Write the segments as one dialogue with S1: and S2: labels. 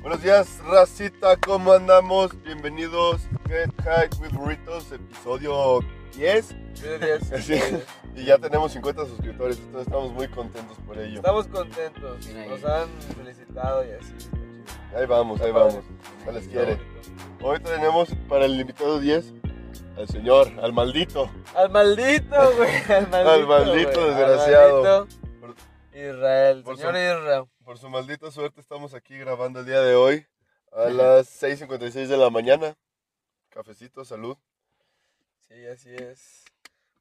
S1: Buenos días, racita, ¿cómo andamos? Bienvenidos Get High with Burritos, episodio 10. Así es. Y ya tenemos 50 suscriptores, entonces estamos muy contentos por ello.
S2: Estamos contentos. Nos han felicitado y así.
S1: Ahí vamos, ahí vamos. Se les quiere. Hoy tenemos para el invitado 10 al señor, al maldito.
S2: Al maldito, güey. Al maldito,
S1: Al maldito
S2: güey, al
S1: desgraciado.
S2: maldito
S1: Por-
S2: Israel,
S1: por
S2: señor
S1: su-
S2: Israel.
S1: Por su maldita suerte estamos aquí grabando el día de hoy a las 6.56 de la mañana. Cafecito, salud.
S2: Sí, así es.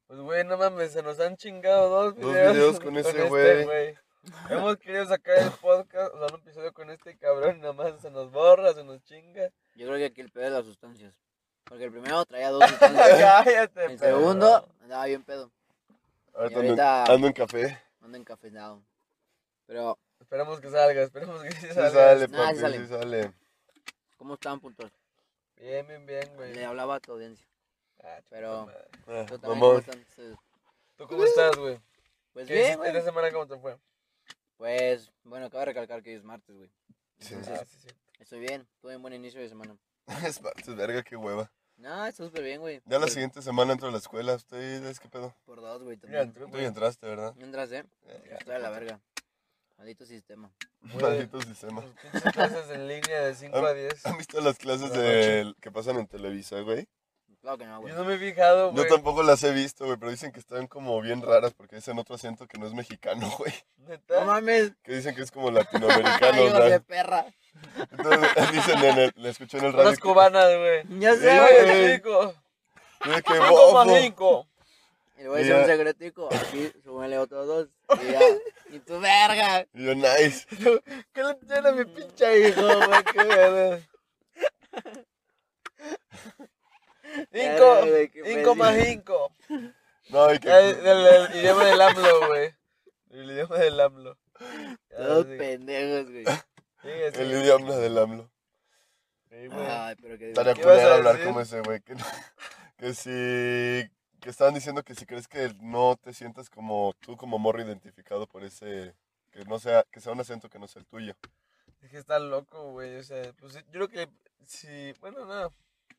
S2: Pues, güey, no mames, se nos han chingado dos
S1: Dos
S2: videos.
S1: videos con ese
S2: este,
S1: güey.
S2: Hemos querido sacar el podcast, o sea, un episodio con este cabrón y nada más se nos borra, se nos chinga.
S3: Yo creo que aquí el pedo es las sustancias. Porque el primero traía dos sustancias.
S2: Cállate,
S3: el
S2: perro.
S3: segundo andaba bien pedo.
S1: Ahorita
S3: Y
S1: ando en-
S3: ahorita-
S1: ando en café.
S3: Ando encafeinado. Pero,
S2: Esperemos que salga, esperemos que sí
S1: Sí
S2: salga.
S1: sale,
S3: Nah, sí
S1: papi,
S3: sale.
S1: sí sale.
S3: ¿cómo estaban puntos?
S2: Bien, bien, bien, güey.
S3: Le hablaba a tu audiencia.
S2: Ah, chuta
S3: Pero-
S2: madre.
S1: Ah,
S3: Yo también, ¿cómo
S1: mamón.
S3: están ustedes?
S2: ¿Tú cómo estás, güey?
S3: Pues
S2: ¿Qué
S3: bien,
S2: hiciste
S3: güey.
S2: esta semana? ¿Cómo te fue?
S3: Pues, bueno, acabo de recalcar que hoy es martes, güey.
S1: Sí.
S3: Entonces,
S2: Ah, sí, sí.
S3: estoy bien. Tuve un buen inicio de semana.
S1: Es martes, verga, qué hueva.
S3: No, está súper bien, güey.
S1: Ya la
S3: Por-
S1: siguiente semana entro a la escuela. ¿Ustedes qué pedo?
S3: Por dos, güey,
S2: Mira,
S3: también.
S2: entró,
S1: Tú
S2: güey.
S1: ya entraste, ¿verdad?
S3: Mientras, ¿eh?
S1: Eh,
S3: Estoy a la verga. Maldito sistema.
S2: Güey.
S1: Maldito sistema.
S2: Tus pinches clases en línea de 5 a 10.
S1: ¿Han visto las clases
S2: Buenas noches.
S1: de, que pasan en Televisa, güey?
S3: Claro que no, güey.
S2: Yo no me he fijado, güey.
S1: Yo tampoco las he visto, güey, pero dicen que están como bien raras porque dicen otro acento que no es mexicano, güey.
S3: No
S2: ¿Neta?
S3: mames.
S1: Que dicen que es como
S3: Ay,
S1: latinoamericano,
S3: Hijos de
S1: ¿verdad?
S3: perra.
S1: Entonces dicen en el, le escuché en el radio.
S2: Unas cubanas, güey.
S3: Ya sé,
S1: güey.
S3: güey.
S2: Oye, chico.
S1: Que, dice que bofo.
S2: 5,5.
S3: Le voy a decir un
S1: Ya.
S3: secretico. Aquí súbele otros dos. Y ya. Y tu verga.
S1: Y yo, nice.
S2: ¿Qué le tiene a mi pinche hijo, güey? ¿Qué verga.
S3: Ay,
S2: 5,
S3: güey, qué
S2: 5 más 5.
S1: No, y que.
S2: El, el- el idioma del AMLO, güey. El idioma del AMLO. Ya,
S3: Todos
S2: sí.
S3: pendejos, güey.
S2: Sigue,
S1: El
S2: sigue.
S1: idioma del AMLO.
S2: Sí, güey.
S3: Ay, pero que
S1: Estaría
S2: ¿Qué ibas a
S1: culero hablar
S2: decir?
S1: como ese, güey. Que, no- que si. Que estaban diciendo que si crees que no te sientas como tú, como morro identificado por ese. Que no sea, que sea un acento que no sea el tuyo.
S2: Es que está loco, güey. O sea, pues yo creo que si. Bueno, no.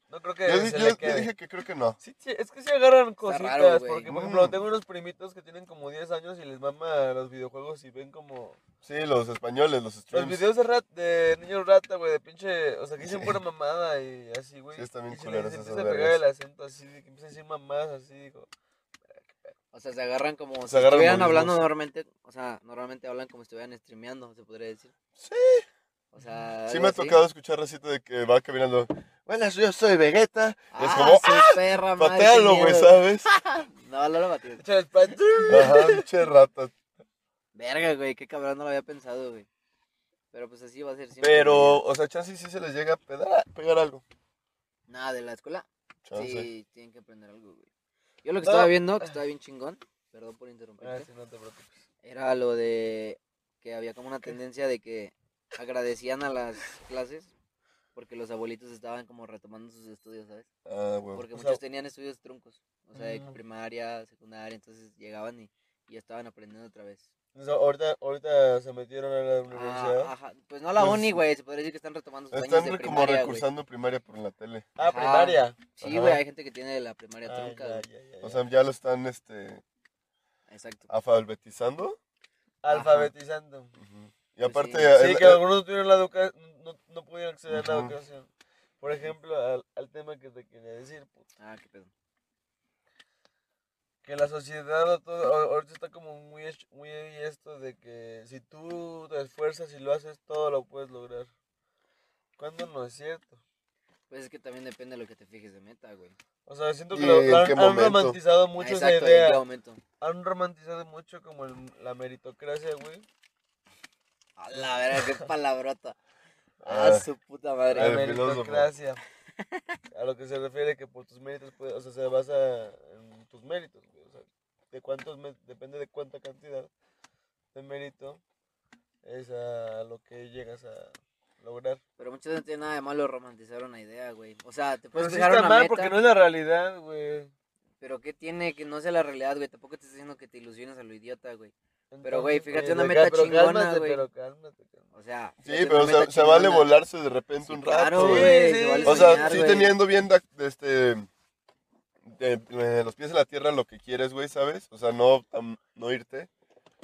S2: No creo que
S1: Yo, di-
S2: se
S1: yo-
S2: le
S1: yo
S2: quede.
S1: dije que creo que no.
S2: Sí, sí, es que se agarran cositas.
S3: raro, güey.
S2: porque, por
S1: Mm.
S2: ejemplo, tengo unos primitos que tienen como 10 años y les mama los videojuegos y ven como.
S1: Sí, los españoles, los
S2: Los
S1: streams.
S2: videos de, rat, de niño rata, güey, de pinche. O sea, que dicen
S1: Sí.
S2: pura mamada y así, güey.
S1: Sí, están bien
S2: y se
S1: culeros
S2: les
S1: esos
S2: empieza a pegar
S1: vergas.
S2: el acento así, de que empieza a decir mamás así, digo.
S3: O sea, se agarran como si
S1: agarran
S3: estuvieran
S1: modismos.
S3: hablando normalmente. O sea, normalmente hablan como si estuvieran streameando, se podría decir.
S1: Sí.
S3: O sea.
S1: Sí
S3: algo
S1: me ha
S3: así.
S1: tocado escuchar recito de que va caminando. Buenas, yo soy Vegeta. Y es
S3: Ah,
S1: como,
S3: sí, perra, madre, qué
S1: patealo, güey,
S3: miedo.
S1: ¿sabes?
S3: No, no lo batí.
S2: Echa el pan.
S1: Ajá, pinche rata.
S3: Verga, güey, qué cabrón, no lo había pensado, güey. Pero pues así va a ser siempre.
S1: Pero, o sea, chance sí se les llega a pegar, pegar algo.
S3: Nada, de la escuela.
S1: Chance.
S3: Sí, tienen que aprender algo, güey. Yo lo que
S2: No.
S3: estaba viendo, que estaba bien chingón, perdón por
S2: Ah,
S3: interrumpirte,
S2: sí, no te preocupes.
S3: era lo de que había como una tendencia de que agradecían a las clases porque los abuelitos estaban como retomando sus estudios, ¿sabes?
S1: Ah, güey.
S3: Porque
S2: Oh.
S3: pues,
S2: O sea-
S3: muchos tenían estudios truncos, o sea, de
S2: Mm.
S3: primaria, secundaria, entonces llegaban y, y ya estaban aprendiendo otra vez.
S2: Entonces, ahorita, ahorita se metieron a la universidad.
S3: Ah, ajá, pues no a la
S1: Pues-
S3: uni, güey, se podría decir que están retomando sus
S1: Están
S3: años de
S1: re- como
S3: primaria, güey.
S1: recursando primaria por la tele.
S2: Ah,
S3: Ajá.
S2: primaria.
S3: Sí, güey,
S1: Ajá.
S3: hay gente que tiene la primaria
S2: Ah,
S3: trunca,
S2: ya,
S3: güey.
S2: ya, ya,
S1: O
S2: ya.
S1: sea, ya lo están este,
S3: Exacto.
S1: alfabetizando.
S2: alfabetizando.
S1: Y aparte,
S3: Pues sí.
S1: el-
S2: Sí, que
S1: el-
S2: algunos tuvieron la educa- no, no pudieron acceder a la
S1: Ujú.
S2: educación. Por ejemplo, al, al tema que te quería decir, pues,
S3: Ah, qué pedo.
S2: que la sociedad o todo- o- ahorita está como muy, hech- muy esto de que si tú te esfuerzas y lo haces, todo lo puedes lograr. Cuando no es cierto.
S3: Pues es que también depende de lo que te fijes de meta, güey.
S2: O sea, siento
S1: ¿Y
S2: que lo,
S1: en
S2: lo han,
S1: qué
S2: han
S1: momento?
S2: romantizado
S3: Ah,
S2: mucho esa
S3: Exacto,
S2: idea.
S3: en qué momento.
S2: Han romantizado mucho como el- la meritocracia, güey.
S3: A la verga, qué palabrota.
S1: Ah.
S3: Ah, su puta madre.
S1: Ah,
S2: La
S1: el filósofo.
S2: meritocracia. A lo que se refiere que por tus méritos, puedes- o sea, se basa en tus méritos. güey, o sea, de cuántos, me- depende de cuánta cantidad de mérito es a lo que llegas a lograr.
S3: Pero muchas veces no tiene nada de malo romantizar una idea, güey. O sea, te
S2: Pero
S3: puedes
S2: sí
S3: fijar
S2: está
S3: Pues una
S2: mal
S3: meta,
S2: porque no es la realidad, güey.
S3: pero ¿qué tiene que no sea la realidad, güey? Tampoco te está diciendo que te ilusiones a lo idiota, güey. Pero, güey,
S2: Entonces, oye,
S3: fíjate una
S2: de
S3: meta
S2: acá, pero
S3: chingona,
S2: cálmate,
S3: güey.
S2: Pero cálmate, cálmate.
S3: O sea.
S1: Sí,
S3: fíjate,
S1: pero
S3: una meta
S1: se, se vale
S3: chingona.
S1: volarse de repente
S3: Sí,
S1: un rato.
S3: Claro,
S1: güey.
S3: güey.
S2: Sí,
S3: se
S2: sí.
S3: vale
S1: O sea,
S3: soñar,
S1: sí
S3: güey.
S1: teniendo bien da- este, de- de los pies en la tierra lo que quieres, güey, ¿sabes? O sea, no, tam- no irte.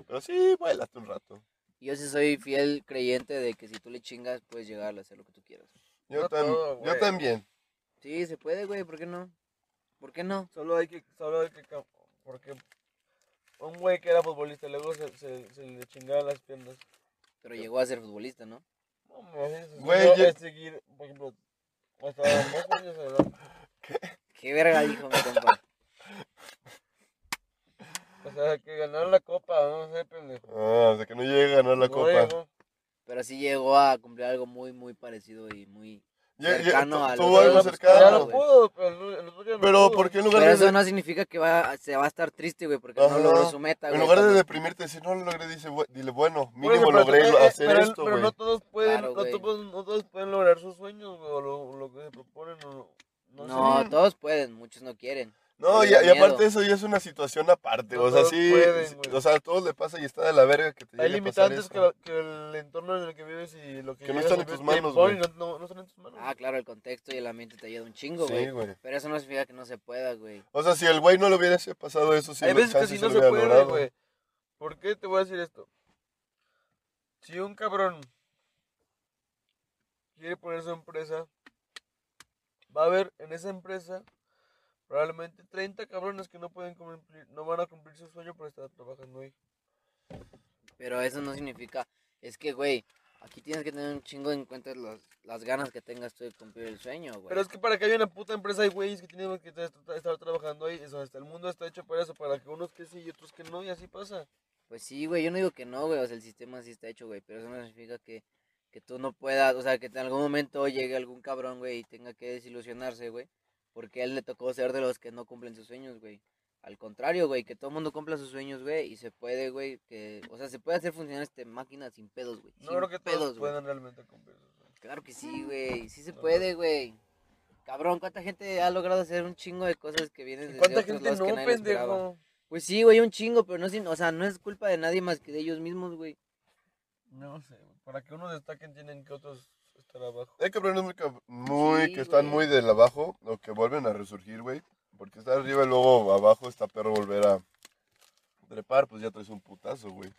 S1: Pero sí, vuélate un rato.
S3: Yo sí soy fiel creyente de que si tú le chingas, puedes llegar a hacer lo que tú quieras.
S1: Yo,
S2: No
S1: tam-
S2: todo,
S1: yo
S2: güey.
S1: también.
S3: Sí, se puede, güey, ¿por qué no? ¿Por qué no?
S2: Solo hay que, solo hay que, cam- porque un güey que era futbolista luego se, se, se le chingaban las piernas.
S3: Pero llegó a ser futbolista, ¿no?
S2: No mames,
S1: Güey,
S2: yo
S1: yo-
S2: es seguir, por ejemplo, hasta más años de edad.
S3: Qué verga dijo mi compa.
S2: O sea, que ganar la copa, no sé, pendejo.
S1: Ah, o sea, que no llegue a ganar la
S2: No
S1: copa.
S2: llegó.
S3: Pero sí llegó a cumplir algo muy, muy parecido y muy...
S1: Ya- ya-
S3: Cercano
S1: tu-
S3: a lo
S1: tuvo algo
S3: que era, pues,
S2: Ya
S1: cercano.
S2: lo
S3: güey.
S2: pudo, pero el, el otro día no
S1: Pero
S2: pudo.
S1: ¿por qué en lugar
S3: Pero
S1: de,
S3: eso no significa que va, se va a estar triste, güey, porque
S1: Ajá.
S3: no logró su meta,
S1: en
S3: güey.
S1: lugar de
S3: cuando-
S1: deprimirte, decir, no lo logré, dice, "Bu- dile, bueno,
S2: Por eso,
S1: mínimo
S2: pero-
S1: logré
S2: eh, eh,
S1: hacer
S2: pero-
S1: esto,
S2: Pero
S1: güey.
S2: no todos pueden,
S3: Claro,
S2: no,
S3: güey.
S2: todos, no todos pueden lograr sus sueños, güey, o lo, lo que se proponen, o lo- no, sé.
S3: No,
S1: sí.
S3: todos pueden, muchos no quieren.
S1: No,
S3: Por
S1: y,
S3: el
S1: y aparte
S3: miedo.
S1: eso ya es una situación aparte,
S2: No
S1: o sea,
S2: todos
S1: sí,
S2: pueden,
S1: sí,
S2: güey.
S1: o sea, a todos le pasa y está de la verga que te
S2: Hay
S1: llegue a pasar
S2: limitantes
S1: eso.
S2: que, lo- que el entorno en el que vives y lo que
S1: Que no
S2: llegas
S1: están
S2: a
S1: en tus
S2: vivir te
S1: manos,
S2: impone, no, no, no están en tus manos.
S3: Ah, claro, el contexto y el ambiente te ayuda un chingo,
S1: Sí,
S3: güey.
S1: güey.
S3: Pero eso no significa que no se pueda, güey.
S1: O sea, si el güey no le hubiera pasado eso, sí,
S2: Hay
S1: lo-
S2: veces que
S1: chance
S2: si
S1: sí
S2: no
S1: lo
S2: se
S1: hubiera
S2: puede,
S1: logrado.
S2: güey. ¿Por qué te voy a decir esto? Si un cabrón quiere poner su empresa, va a haber en esa empresa probablemente 30 cabrones que no pueden cumplir, no van a cumplir su sueño por estar trabajando ahí.
S3: Pero eso no significa... Es que, güey, aquí tienes que tener un chingo en cuenta los- las ganas que tengas tú de cumplir el sueño, güey.
S2: Pero es que para que haya una puta empresa hay güeyes que tienen que tra- tra- estar trabajando ahí. Eso, hasta el mundo está hecho para eso, para que unos que sí y otros que no, y así pasa.
S3: Pues sí, güey, yo no digo que no, güey, o sea, el sistema sí está hecho, güey, pero eso no significa que, que tú no puedas, o sea, que en algún momento llegue algún cabrón, güey, y tenga que desilusionarse, güey, porque a él le tocó ser de los que no cumplen sus sueños, güey. Al contrario, güey, que todo el mundo cumpla sus sueños, güey, y se puede, güey, que, o sea, se puede hacer funcionar esta máquina sin pedos, güey.
S2: No
S3: sin
S2: creo que todos
S3: pedos, güey.
S2: puedan realmente cumplir su sueño.
S3: Claro que sí, güey, sí se
S2: No,
S3: puede, güey. Cabrón, ¿cuánta gente ha logrado hacer un chingo de cosas que vienen
S2: ¿Y
S3: desde
S2: cuánta
S3: otros
S2: gente
S3: lados
S2: no,
S3: que nadie lo esperaba?
S2: pendejo?
S3: Pues sí, güey, un chingo, pero no, es- o sea, no es culpa de nadie más que de ellos mismos, güey.
S2: No sé, güey. para que unos destaquen tienen que otros estar abajo.
S1: Hay cabrones muy, cab- muy
S3: Sí,
S1: que están
S3: güey.
S1: muy del abajo o que vuelven a resurgir, güey. Porque estar arriba y luego abajo está perro volver a trepar, pues ya traes un putazo, güey.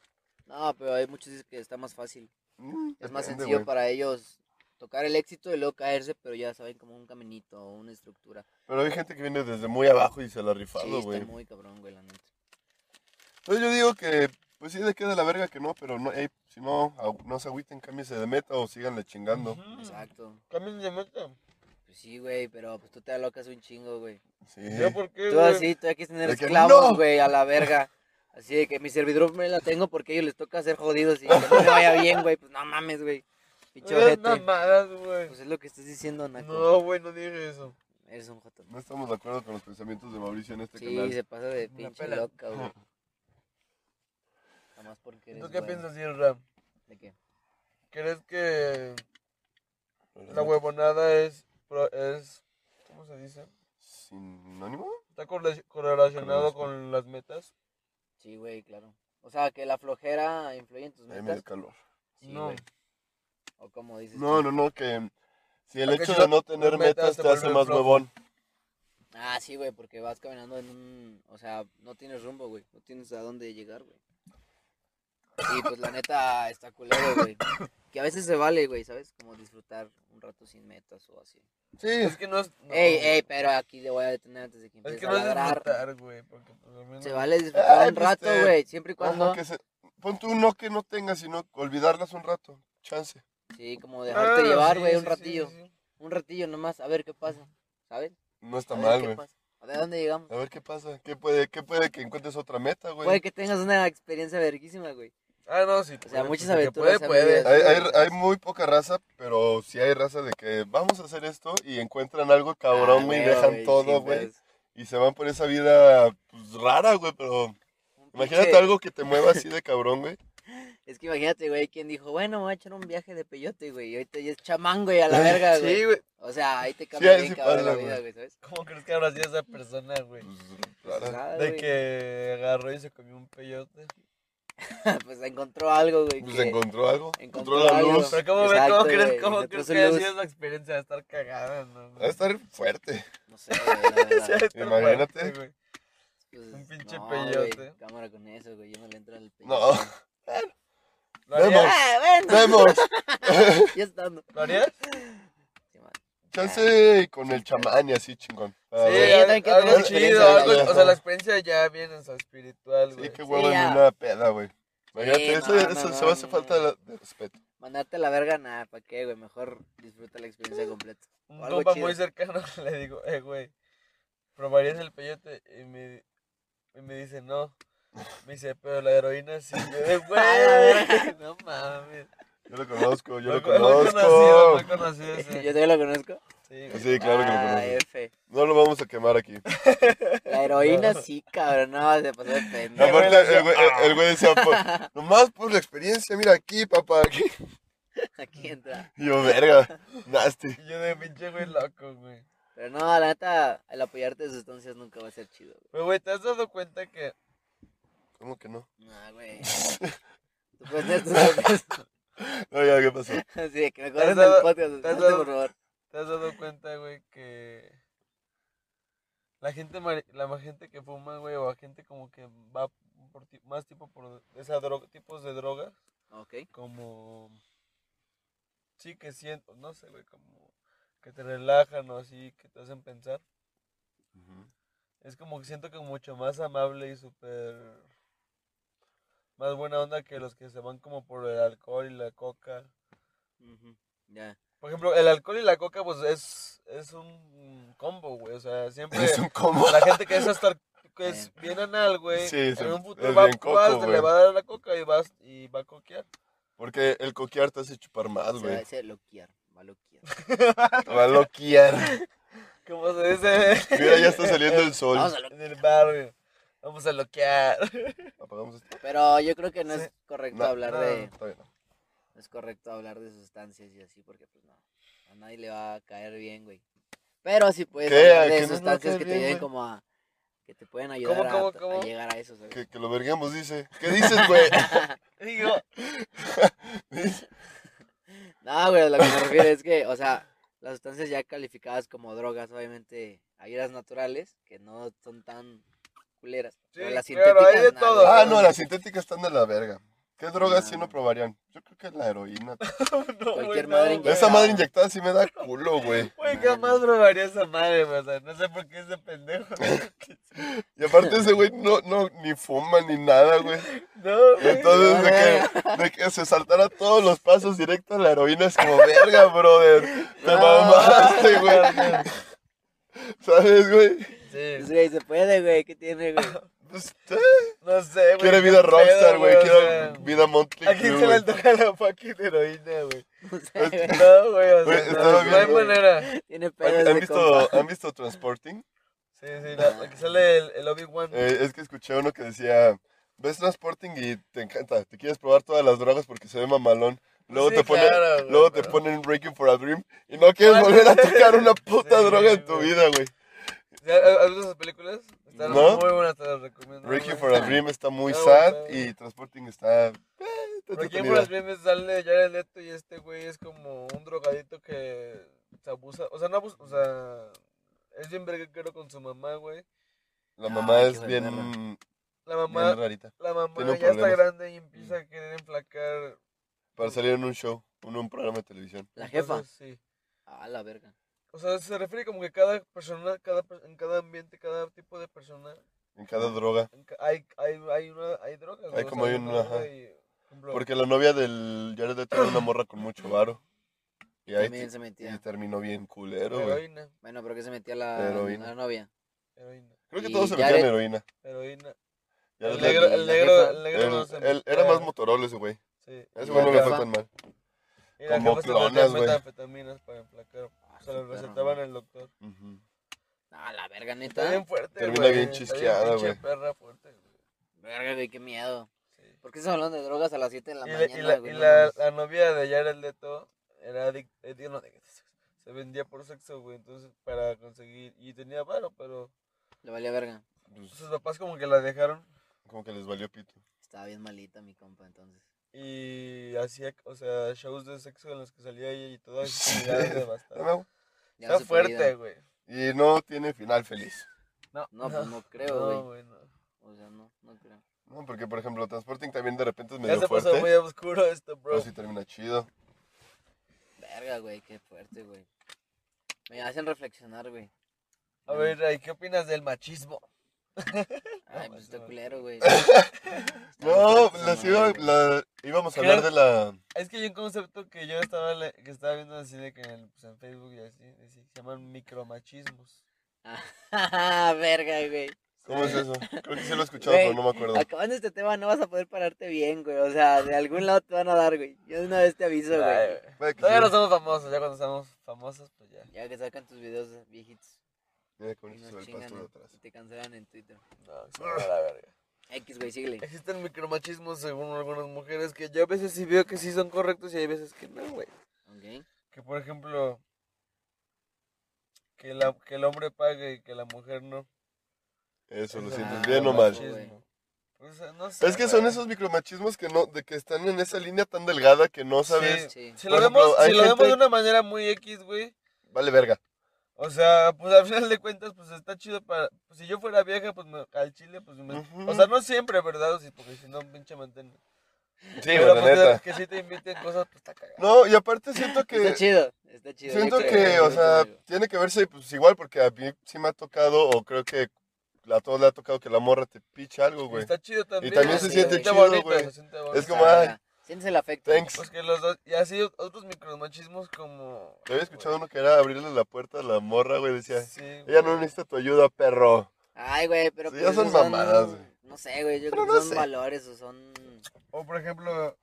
S3: No, pero hay muchos dicen que está más fácil.
S1: Mm,
S3: Es más
S1: depende,
S3: sencillo
S1: güey.
S3: para ellos tocar el éxito y luego caerse, pero ya saben como un caminito o una estructura.
S1: Pero hay gente que viene desde muy abajo y se la ha
S3: Sí,
S1: rifado, güey.
S3: está muy cabrón, güey, la neta.
S1: Entonces yo digo que, pues sí, le queda la verga que no, pero no, ey, si no, agu- no se agüiten, cámbiense de meta o síganle chingando.
S2: Ujú.
S3: Exacto.
S2: Cambien de meta.
S3: Pues sí, güey, pero pues tú te alocas un chingo, güey.
S1: Sí.
S2: ¿Yo por qué,
S3: Tú
S2: güey?
S3: así, tú aquí tener
S1: De que
S3: esclavos,
S1: no.
S3: güey, a la verga. Así de que mi servidor me la tengo porque a ellos les toca ser jodidos y que no me vaya bien, güey. Pues no mames, güey. Pinche
S1: Eh,
S2: Eres
S3: ojete.
S2: mamadas, güey.
S3: Pues es lo que estás diciendo, Naco.
S2: No, güey, no dije eso.
S3: Eres un joto.
S1: No estamos de acuerdo con los pensamientos de Mauricio en este
S3: Sí,
S1: canal.
S3: se pasa de
S2: Me
S3: pinche
S2: pela.
S3: loca, güey. Nada más
S2: ¿Y
S3: porque eres
S2: ¿Tú qué
S3: güey.
S2: piensas, Ram?
S3: ¿De qué?
S2: ¿Crees
S1: Pero
S2: que la
S1: Pues no-
S2: huevonada es, pro- es. ¿Cómo se dice?
S1: ¿Sinónimo?
S2: ¿Está correla- correlacionado
S1: Correlación.
S2: con las metas?
S3: Sí, güey, claro. O sea, que la flojera influye en tus
S1: Ahí me dio
S3: metas.
S1: calor.
S3: Sí,
S2: no.
S3: güey. O como dices.
S1: No,
S3: tú.
S1: no, no, que si el
S2: Porque
S1: hecho
S2: si
S1: de
S2: no-
S1: no tener
S2: no metas,
S1: metas
S2: te
S1: te hace
S2: vuelves
S1: más
S2: flojo.
S1: huevón.
S3: Ah, sí, güey, porque vas caminando en un. O sea, no tienes rumbo, güey. No tienes a dónde llegar, güey. Y pues la neta está culero, güey. Que a veces se vale, güey, ¿sabes? Como disfrutar un rato sin metas o así.
S1: Sí,
S2: Es que no es. no.
S3: Ey, ey, pero aquí le voy a detener antes de que empiece
S2: Es que
S3: a
S2: no es
S3: ladrar.
S2: disfrutar, güey. Porque pues, al menos.
S3: Se vale disfrutar
S1: Ay,
S3: un
S1: pues,
S3: rato,
S1: te-
S3: güey, siempre y
S1: Ajá,
S3: cuando.
S1: que se- pon tú no que no tengas, sino olvidarlas un rato. Chance.
S3: Sí, como
S2: Ah,
S3: dejarte llevar,
S2: sí,
S3: güey,
S2: sí,
S3: un
S2: sí,
S3: ratillo.
S2: sí, sí.
S3: Un ratillo nomás, a ver qué pasa, ¿sabes?
S1: No está
S3: A ver
S1: mal,
S3: qué
S1: güey.
S3: pasa. A ver dónde llegamos.
S1: A ver qué pasa. ¿Qué puede, qué puede que encuentres otra meta,
S3: Puede
S1: güey?
S3: que tengas una experiencia verguísima, güey.
S2: Ah, no, sí.
S3: O sea,
S2: puede,
S3: muchas
S2: porque
S3: aventuras
S2: Puede,
S3: han
S2: puede.
S3: vivido.
S1: Hay, hay, hay muy poca raza, pero sí hay raza de que vamos a hacer esto y encuentran algo cabrón,
S3: Ah,
S1: güey, y
S3: huevo,
S1: dejan
S3: güey,
S1: todo,
S3: sin
S1: güey.
S3: pedos.
S1: Y se van por esa vida pues, rara, güey, pero
S3: Un
S1: imagínate
S3: pinche-
S1: algo que te mueva así de cabrón, güey.
S3: Es que imagínate, güey, quien dijo, bueno, me voy a echar un viaje de peyote, güey. Y ahorita ya es chamán, güey, a la verga, güey.
S2: Sí, güey.
S3: O sea, ahí te cambia
S1: ahí
S3: bien,
S1: sí
S3: cabrón, la
S1: pasa,
S3: vida,
S1: güey.
S3: güey, ¿sabes?
S2: ¿Cómo crees que habrá sido esa persona, güey?
S1: Pues,
S3: Pues
S1: rara.
S3: nada,
S2: De
S3: güey.
S2: que agarró y se comió un peyote.
S3: pues encontró algo, güey.
S1: Pues
S3: que-
S1: encontró algo.
S3: encontró
S1: Encontró la
S3: algo.
S1: luz.
S2: Pero cómo, ve-
S3: Exacto,
S2: cómo crees,
S3: güey,
S2: cómo
S3: encontró
S2: crees
S3: su
S2: que ha
S3: luz.
S2: sido la experiencia de estar cagada, no?
S1: Va a estar fuerte.
S3: No sé, güey, la
S2: O sea,
S3: verdad,
S2: estar
S1: Imagínate.
S2: fuerte, güey.
S3: pues,
S2: un pinche
S3: no,
S2: peyote.
S3: güey, cámara con eso, güey. Yo no le entro al peyote.
S1: No.
S2: ¿Lo harías?
S3: Ah, bueno,
S1: Vemos.
S3: ya estando.
S2: ¿Lo harías?
S3: Sí, man.
S1: Chance con el chamán y así, chingón. A
S2: Sí,
S1: ver.
S3: yo también quiero
S2: algo
S1: tener
S2: chido,
S1: experiencia,
S2: algo-
S1: güey.
S2: o sea, la experiencia ya viene en su espiritual, güey.
S1: Sí, qué huevo en
S3: ya.
S1: una peda, güey. Imagínate,
S3: Sí,
S1: eso,
S3: no,
S1: eso
S3: no,
S1: se me
S3: no,
S1: hace
S3: no.
S1: falta de, de respeto.
S3: Mandarte a la verga, nada, ¿para qué, güey? Mejor disfruta la experiencia completa.
S2: Un
S3: algo
S2: compa muy
S3: chido.
S2: cercano le digo, eh, güey, ¿probarías el peyote? Y me, y me dice, no. Me dice, pero la heroína sí. Yo de,
S3: Ah,
S2: güey, no mames.
S1: Yo lo conozco, yo lo
S2: conocido, muy
S1: conozco.
S2: conocido,
S3: Yo
S2: sí.
S3: todavía lo conozco.
S2: Sí, güey.
S1: Sí, claro que lo
S3: Ah,
S1: conozco.
S3: F.
S1: No lo vamos a quemar aquí.
S3: La heroína sí, cabrón. No, se pasó de pendejo.
S1: Aparte,
S2: güey decía,
S1: el güey- el- el güey decía, "Por- nomás por la experiencia, mira aquí, papá, aquí.
S3: Aquí entra.
S1: Y yo, verga, nasty.
S2: Y yo de pinche güey loco, güey.
S3: Pero no, la neta, el apoyarte de sustancias nunca va a ser chido, güey.
S2: Pero, güey, ¿te has dado cuenta que
S1: ¿Cómo que no?
S3: No, güey. Tú puedes tener tus propias-
S1: No, ya, ¿qué pasó?
S3: Así de que me corren
S2: dado-
S3: del podcast.
S2: te has
S3: adelante,
S2: dado-
S3: por favor.
S2: ¿Te has dado cuenta, güey, que la gente, mari- la ma- gente que fuma, güey, o la gente como que va por ti- más tipo por esa droga, tipos de drogas,
S3: Ok.
S2: como sí que siento, no sé, güey, como que te relajan o así, que te hacen pensar. Es como que siento que mucho más amable y súper más buena onda que los que se van como por el alcohol y la coca.
S3: Ujú, Ya.
S2: Por ejemplo, el alcohol y la coca, pues es, es un combo, güey. O sea, siempre.
S1: Es un combo.
S2: La gente que es hasta que es bien anal, güey.
S1: Sí, es-
S2: en un futuro
S1: es
S2: va a
S1: bien coco,
S2: jugar, se
S1: güey.
S2: le va a dar la coca y va, y va a coquear.
S1: Porque el coquear te hace chupar
S2: Pues,
S1: más,
S3: Se va a
S1: güey.
S3: hacer loquear. Va a loquear.
S1: Te Va a loquear.
S2: Como se dice
S1: Mira, ya está saliendo el sol.
S3: Vamos a lo...
S2: en el barrio. Vamos a loquear.
S1: Apagamos esto.
S3: Pero yo creo que no
S2: Sí.
S3: es correcto
S1: No,
S3: hablar
S2: no,
S3: de.
S1: Está bien.
S3: No es correcto hablar de sustancias y así, porque pues no. A nadie le va a caer bien, güey. Pero sí puedes
S1: ¿Qué? ¿A
S3: hablar de
S1: quién no le va a
S3: sustancias
S1: caer
S3: que te
S1: bien,
S3: ayuden
S1: güey?
S3: como a. que te pueden ayudar
S2: ¿Cómo,
S3: a,
S2: cómo,
S3: a
S2: cómo?
S3: llegar a eso, ¿sabes?
S1: Que, que lo verguemos, dice. ¿Qué dices, güey?
S2: Digo,
S1: Dice,
S3: No, güey, a lo que me refiero es que, o sea, las sustancias ya calificadas como drogas, obviamente, hay las naturales, que no son tan culeras. pero
S2: Sí,
S3: las
S2: claro, hay
S3: sintéticas,
S2: de
S3: nah,
S2: todo.
S3: güey,
S1: ah,
S3: son-
S1: no, las sintéticas están de la verga. ¿Qué drogas sí
S3: No.
S1: no probarían? Yo creo que la heroína.
S2: no, güey,
S3: Cualquier
S2: no,
S3: madre
S2: güey.
S1: Esa madre inyectada sí me da culo, güey.
S2: Güey, jamás drogaría esa madre, güey. O sea, no sé por qué ese pendejo.
S1: Y aparte ese güey no, no, ni fuma ni nada, güey.
S2: No, güey.
S1: Entonces, de que, de que se saltara todos los pasos directo a la heroína es como, verga, brother. Te
S3: No.
S1: mamaste, güey. ¿Sabes, güey?
S3: Pues,
S2: Sí.
S3: güey, se puede, güey, ¿qué tiene, güey?
S1: Pues, eh,
S2: No sé, güey.
S1: quiere
S2: qué
S1: vida
S2: pedo,
S1: rockstar, güey.
S2: o
S1: Quiere
S2: sea.
S1: vida Motley
S2: ¿A quién
S1: Crue,
S2: se le
S1: güey.
S2: antoja la fucking heroína, güey?
S3: No sé, güey,
S2: No, güey, o
S1: Güey,
S2: sea, no,
S1: estaba
S2: no hay
S1: viendo-
S2: manera.
S3: tiene pedos
S1: ¿Han, han
S3: de compa.
S1: visto, ¿Han visto Transporting?
S2: Sí, sí, la, la que sale el, el Obi-Wan.
S1: Eh, es que escuché uno que decía, ves Transporting y te encanta, te quieres probar todas las drogas porque se ve mamalón. Luego
S2: Sí,
S1: te ponen,
S2: claro, güey,
S1: luego te
S2: pero-
S1: ponen Breaking for a Dream y no quieres
S2: Bueno.
S1: volver a tocar una puta
S2: Sí,
S1: droga en tu
S2: güey.
S1: vida, güey.
S2: ¿Ya ¿Has has visto esas películas? Están
S1: No.
S2: muy buenas, te las recomiendo.
S1: Breaking
S2: güey.
S1: for a Dream está muy
S2: Claro,
S1: sad
S2: güey.
S1: y Transporting está... eh, está
S2: Breaking for
S1: entretenida.
S2: a Dream es- sale Jared Leto y este güey es como un drogadito que se abusa. O sea, no abusa, o sea, es bien verguero con su mamá, güey.
S1: La
S3: Ay,
S1: mamá
S3: qué
S1: es bien,
S3: buena
S2: La
S1: bien
S2: mamá,
S1: rarita.
S2: la mamá
S1: Tiene
S2: ya
S1: un
S2: está
S1: problema.
S2: grande y empieza a querer enflacar.
S1: Para salir en un show, en un programa de televisión.
S3: La jefa.
S2: Entonces, sí.
S3: Ah, la verga.
S2: O sea, se refiere como que cada persona, cada, per- en cada ambiente, cada tipo de persona
S1: En cada droga.
S2: En ca- Hay, hay, hay, una, hay drogas.
S1: Hay
S2: ¿no?
S1: como hay un-
S2: una
S1: ajá.
S2: droga y, por ejemplo,
S1: Porque la novia del Jared Leto era una morra con mucho varo. Y ahí
S3: También
S1: te-
S3: se
S1: y
S3: metía.
S1: terminó bien culero, güey.
S2: heroína,
S3: Bueno, pero que se metía la,
S1: Heroína.
S3: la novia.
S2: heroína,
S1: Creo que
S3: Y
S1: todos se
S3: Jared-
S1: metían heroína.
S2: heroína.
S1: Jared Leto-
S2: El negro, el negro, el negro no
S1: Él,
S2: se
S1: él-
S2: metía.
S1: era más Motorola ese güey.
S2: Sí.
S1: Ese
S3: Y
S1: güey no
S3: la
S1: le fue
S3: jefa.
S1: tan mal.
S2: Y la
S1: como
S2: jefa se
S1: clonas,
S2: metía
S1: güey.
S2: metanfetaminas para emplacar.
S3: Ah,
S2: Se lo
S3: su perro,
S2: recetaban
S3: ¿no?
S2: el doctor.
S1: Ujú.
S3: Ah, la verga,
S2: Está
S3: neta.
S2: bien fuerte,
S1: Termina
S2: güey,
S1: bien
S2: está
S1: chisqueada,
S2: pinche
S1: güey.
S2: perra fuerte, güey.
S3: Verga, güey, qué miedo.
S2: Sí.
S3: ¿Por qué estamos hablando de drogas a las 7 de la
S2: Y, la, y,
S3: mañana,
S2: la,
S3: güey?
S2: y
S3: No
S2: la,
S3: mames.
S2: la novia de Jared Leto era adicta, no, adicta, se vendía por sexo, güey, entonces para conseguir, y tenía varo, pero
S3: Le valía verga.
S1: Pues,
S2: sus papás como que la dejaron
S1: como que les valió pito.
S3: Estaba bien malita mi compa entonces.
S2: Y hacía, o sea, shows de sexo en los que salía ella y todo eso. y ya era devastador.
S1: No,
S3: Ya
S2: Está
S3: se
S2: fuerte,
S3: perdía.
S2: güey.
S1: Y no tiene final feliz.
S3: No, pues no creo, güey.
S2: No, güey, no.
S3: O sea, no, no creo.
S1: No, porque por ejemplo, Transporting también de repente es
S2: Ya
S1: medio
S2: se
S1: fuerte.
S2: puso muy oscuro esto, bro.
S1: Pero sí termina chido.
S3: Verga, güey, qué fuerte, güey. Me hacen reflexionar, güey.
S2: A ver, Ray, ¿qué opinas del machismo? No,
S3: Ay, pues
S2: eso
S3: está
S2: no. pues,
S3: culero, güey.
S1: No, pues,
S3: la
S1: les iba, la- íbamos a hablar de la.
S2: Es que hay un concepto que yo estaba, le- que estaba viendo así de que en, el- pues, en Facebook y así, así, se llaman micromachismos.
S3: Verga, güey.
S1: ¿Cómo es eso? Creo que sí lo he escuchado,
S3: Güey,
S1: pero no me acuerdo.
S3: Acabando este tema no vas a poder pararte bien, güey. O sea, de algún lado te van a dar, güey. Yo de una vez te aviso,
S2: Ay,
S3: güey.
S2: güey.
S1: Puede que
S2: Todavía no
S1: sí.
S2: somos famosos, ya cuando estamos famosos, pues ya.
S3: Ya que sacan tus videos viejitos.
S1: Mira cómo
S3: Y
S1: se ve el
S3: nos
S1: pasto
S3: chingan
S1: de
S3: en-
S1: atrás.
S3: y te cancelan en Twitter.
S2: No, se va a la verga.
S3: X, güey, síguele.
S2: Existen micromachismos según algunas mujeres que yo a veces sí veo que sí son correctos y hay veces que no, güey.
S3: Ok.
S2: Que por ejemplo, que, la, que el hombre pague y que la mujer no.
S1: Eso lo
S2: Eso
S1: sientes
S3: es
S1: bien o
S3: algo
S1: mal.
S3: así.
S2: machismo. Pues, no sé,
S1: Es que son
S2: güey.
S1: esos micromachismos que no, de que están en esa línea tan delgada que no sabes.
S2: Sí.
S3: Sí.
S2: Si
S1: Por
S2: lo,
S1: ejemplo,
S2: vemos,
S1: hay
S2: si lo vemos
S1: gente-
S2: de una manera muy X, güey.
S1: Vale verga.
S2: O sea, pues al final de cuentas, pues está chido para... pues, si yo fuera vieja, pues me- al chile, pues me-
S1: Ujú.
S2: O sea, no siempre, ¿verdad? O si- porque si no, pinche mantén.
S1: Sí,
S2: Pero
S1: la
S2: pues,
S1: neta.
S2: que si te inviten cosas, pues está cagado.
S1: No, y aparte siento
S3: Está
S1: que.
S3: chido, está chido. yo
S1: Siento
S3: creo,
S1: que,
S3: yo
S1: o
S3: creo
S1: sea,
S3: güey.
S1: tiene que verse pues igual porque a mí sí me ha tocado o creo que a todos le ha tocado que la morra te picha algo,
S2: Y
S1: güey.
S2: Está chido también.
S1: también
S3: se
S2: güey.
S3: siente
S1: chido,
S2: bonito,
S1: güey.
S2: se siente
S1: Es
S2: bonito.
S1: como, ah,
S3: O sea,
S1: ay.
S3: Sientes el afecto.
S1: Thanks.
S2: Pues que los dos, y así otros micromachismos como...
S1: Te había escuchado uno que era abrirle la puerta a la morra, güey, decía,
S2: Sí,
S1: ella
S2: güey.
S1: no necesita tu ayuda, perro.
S3: Ay, güey, pero pues
S1: Sí, ya son
S3: esos
S1: mamadas, güey.
S3: No sé, güey, yo
S1: Pero
S3: creo
S1: no
S3: que son
S1: sé.
S3: valores o son...
S2: O por ejemplo,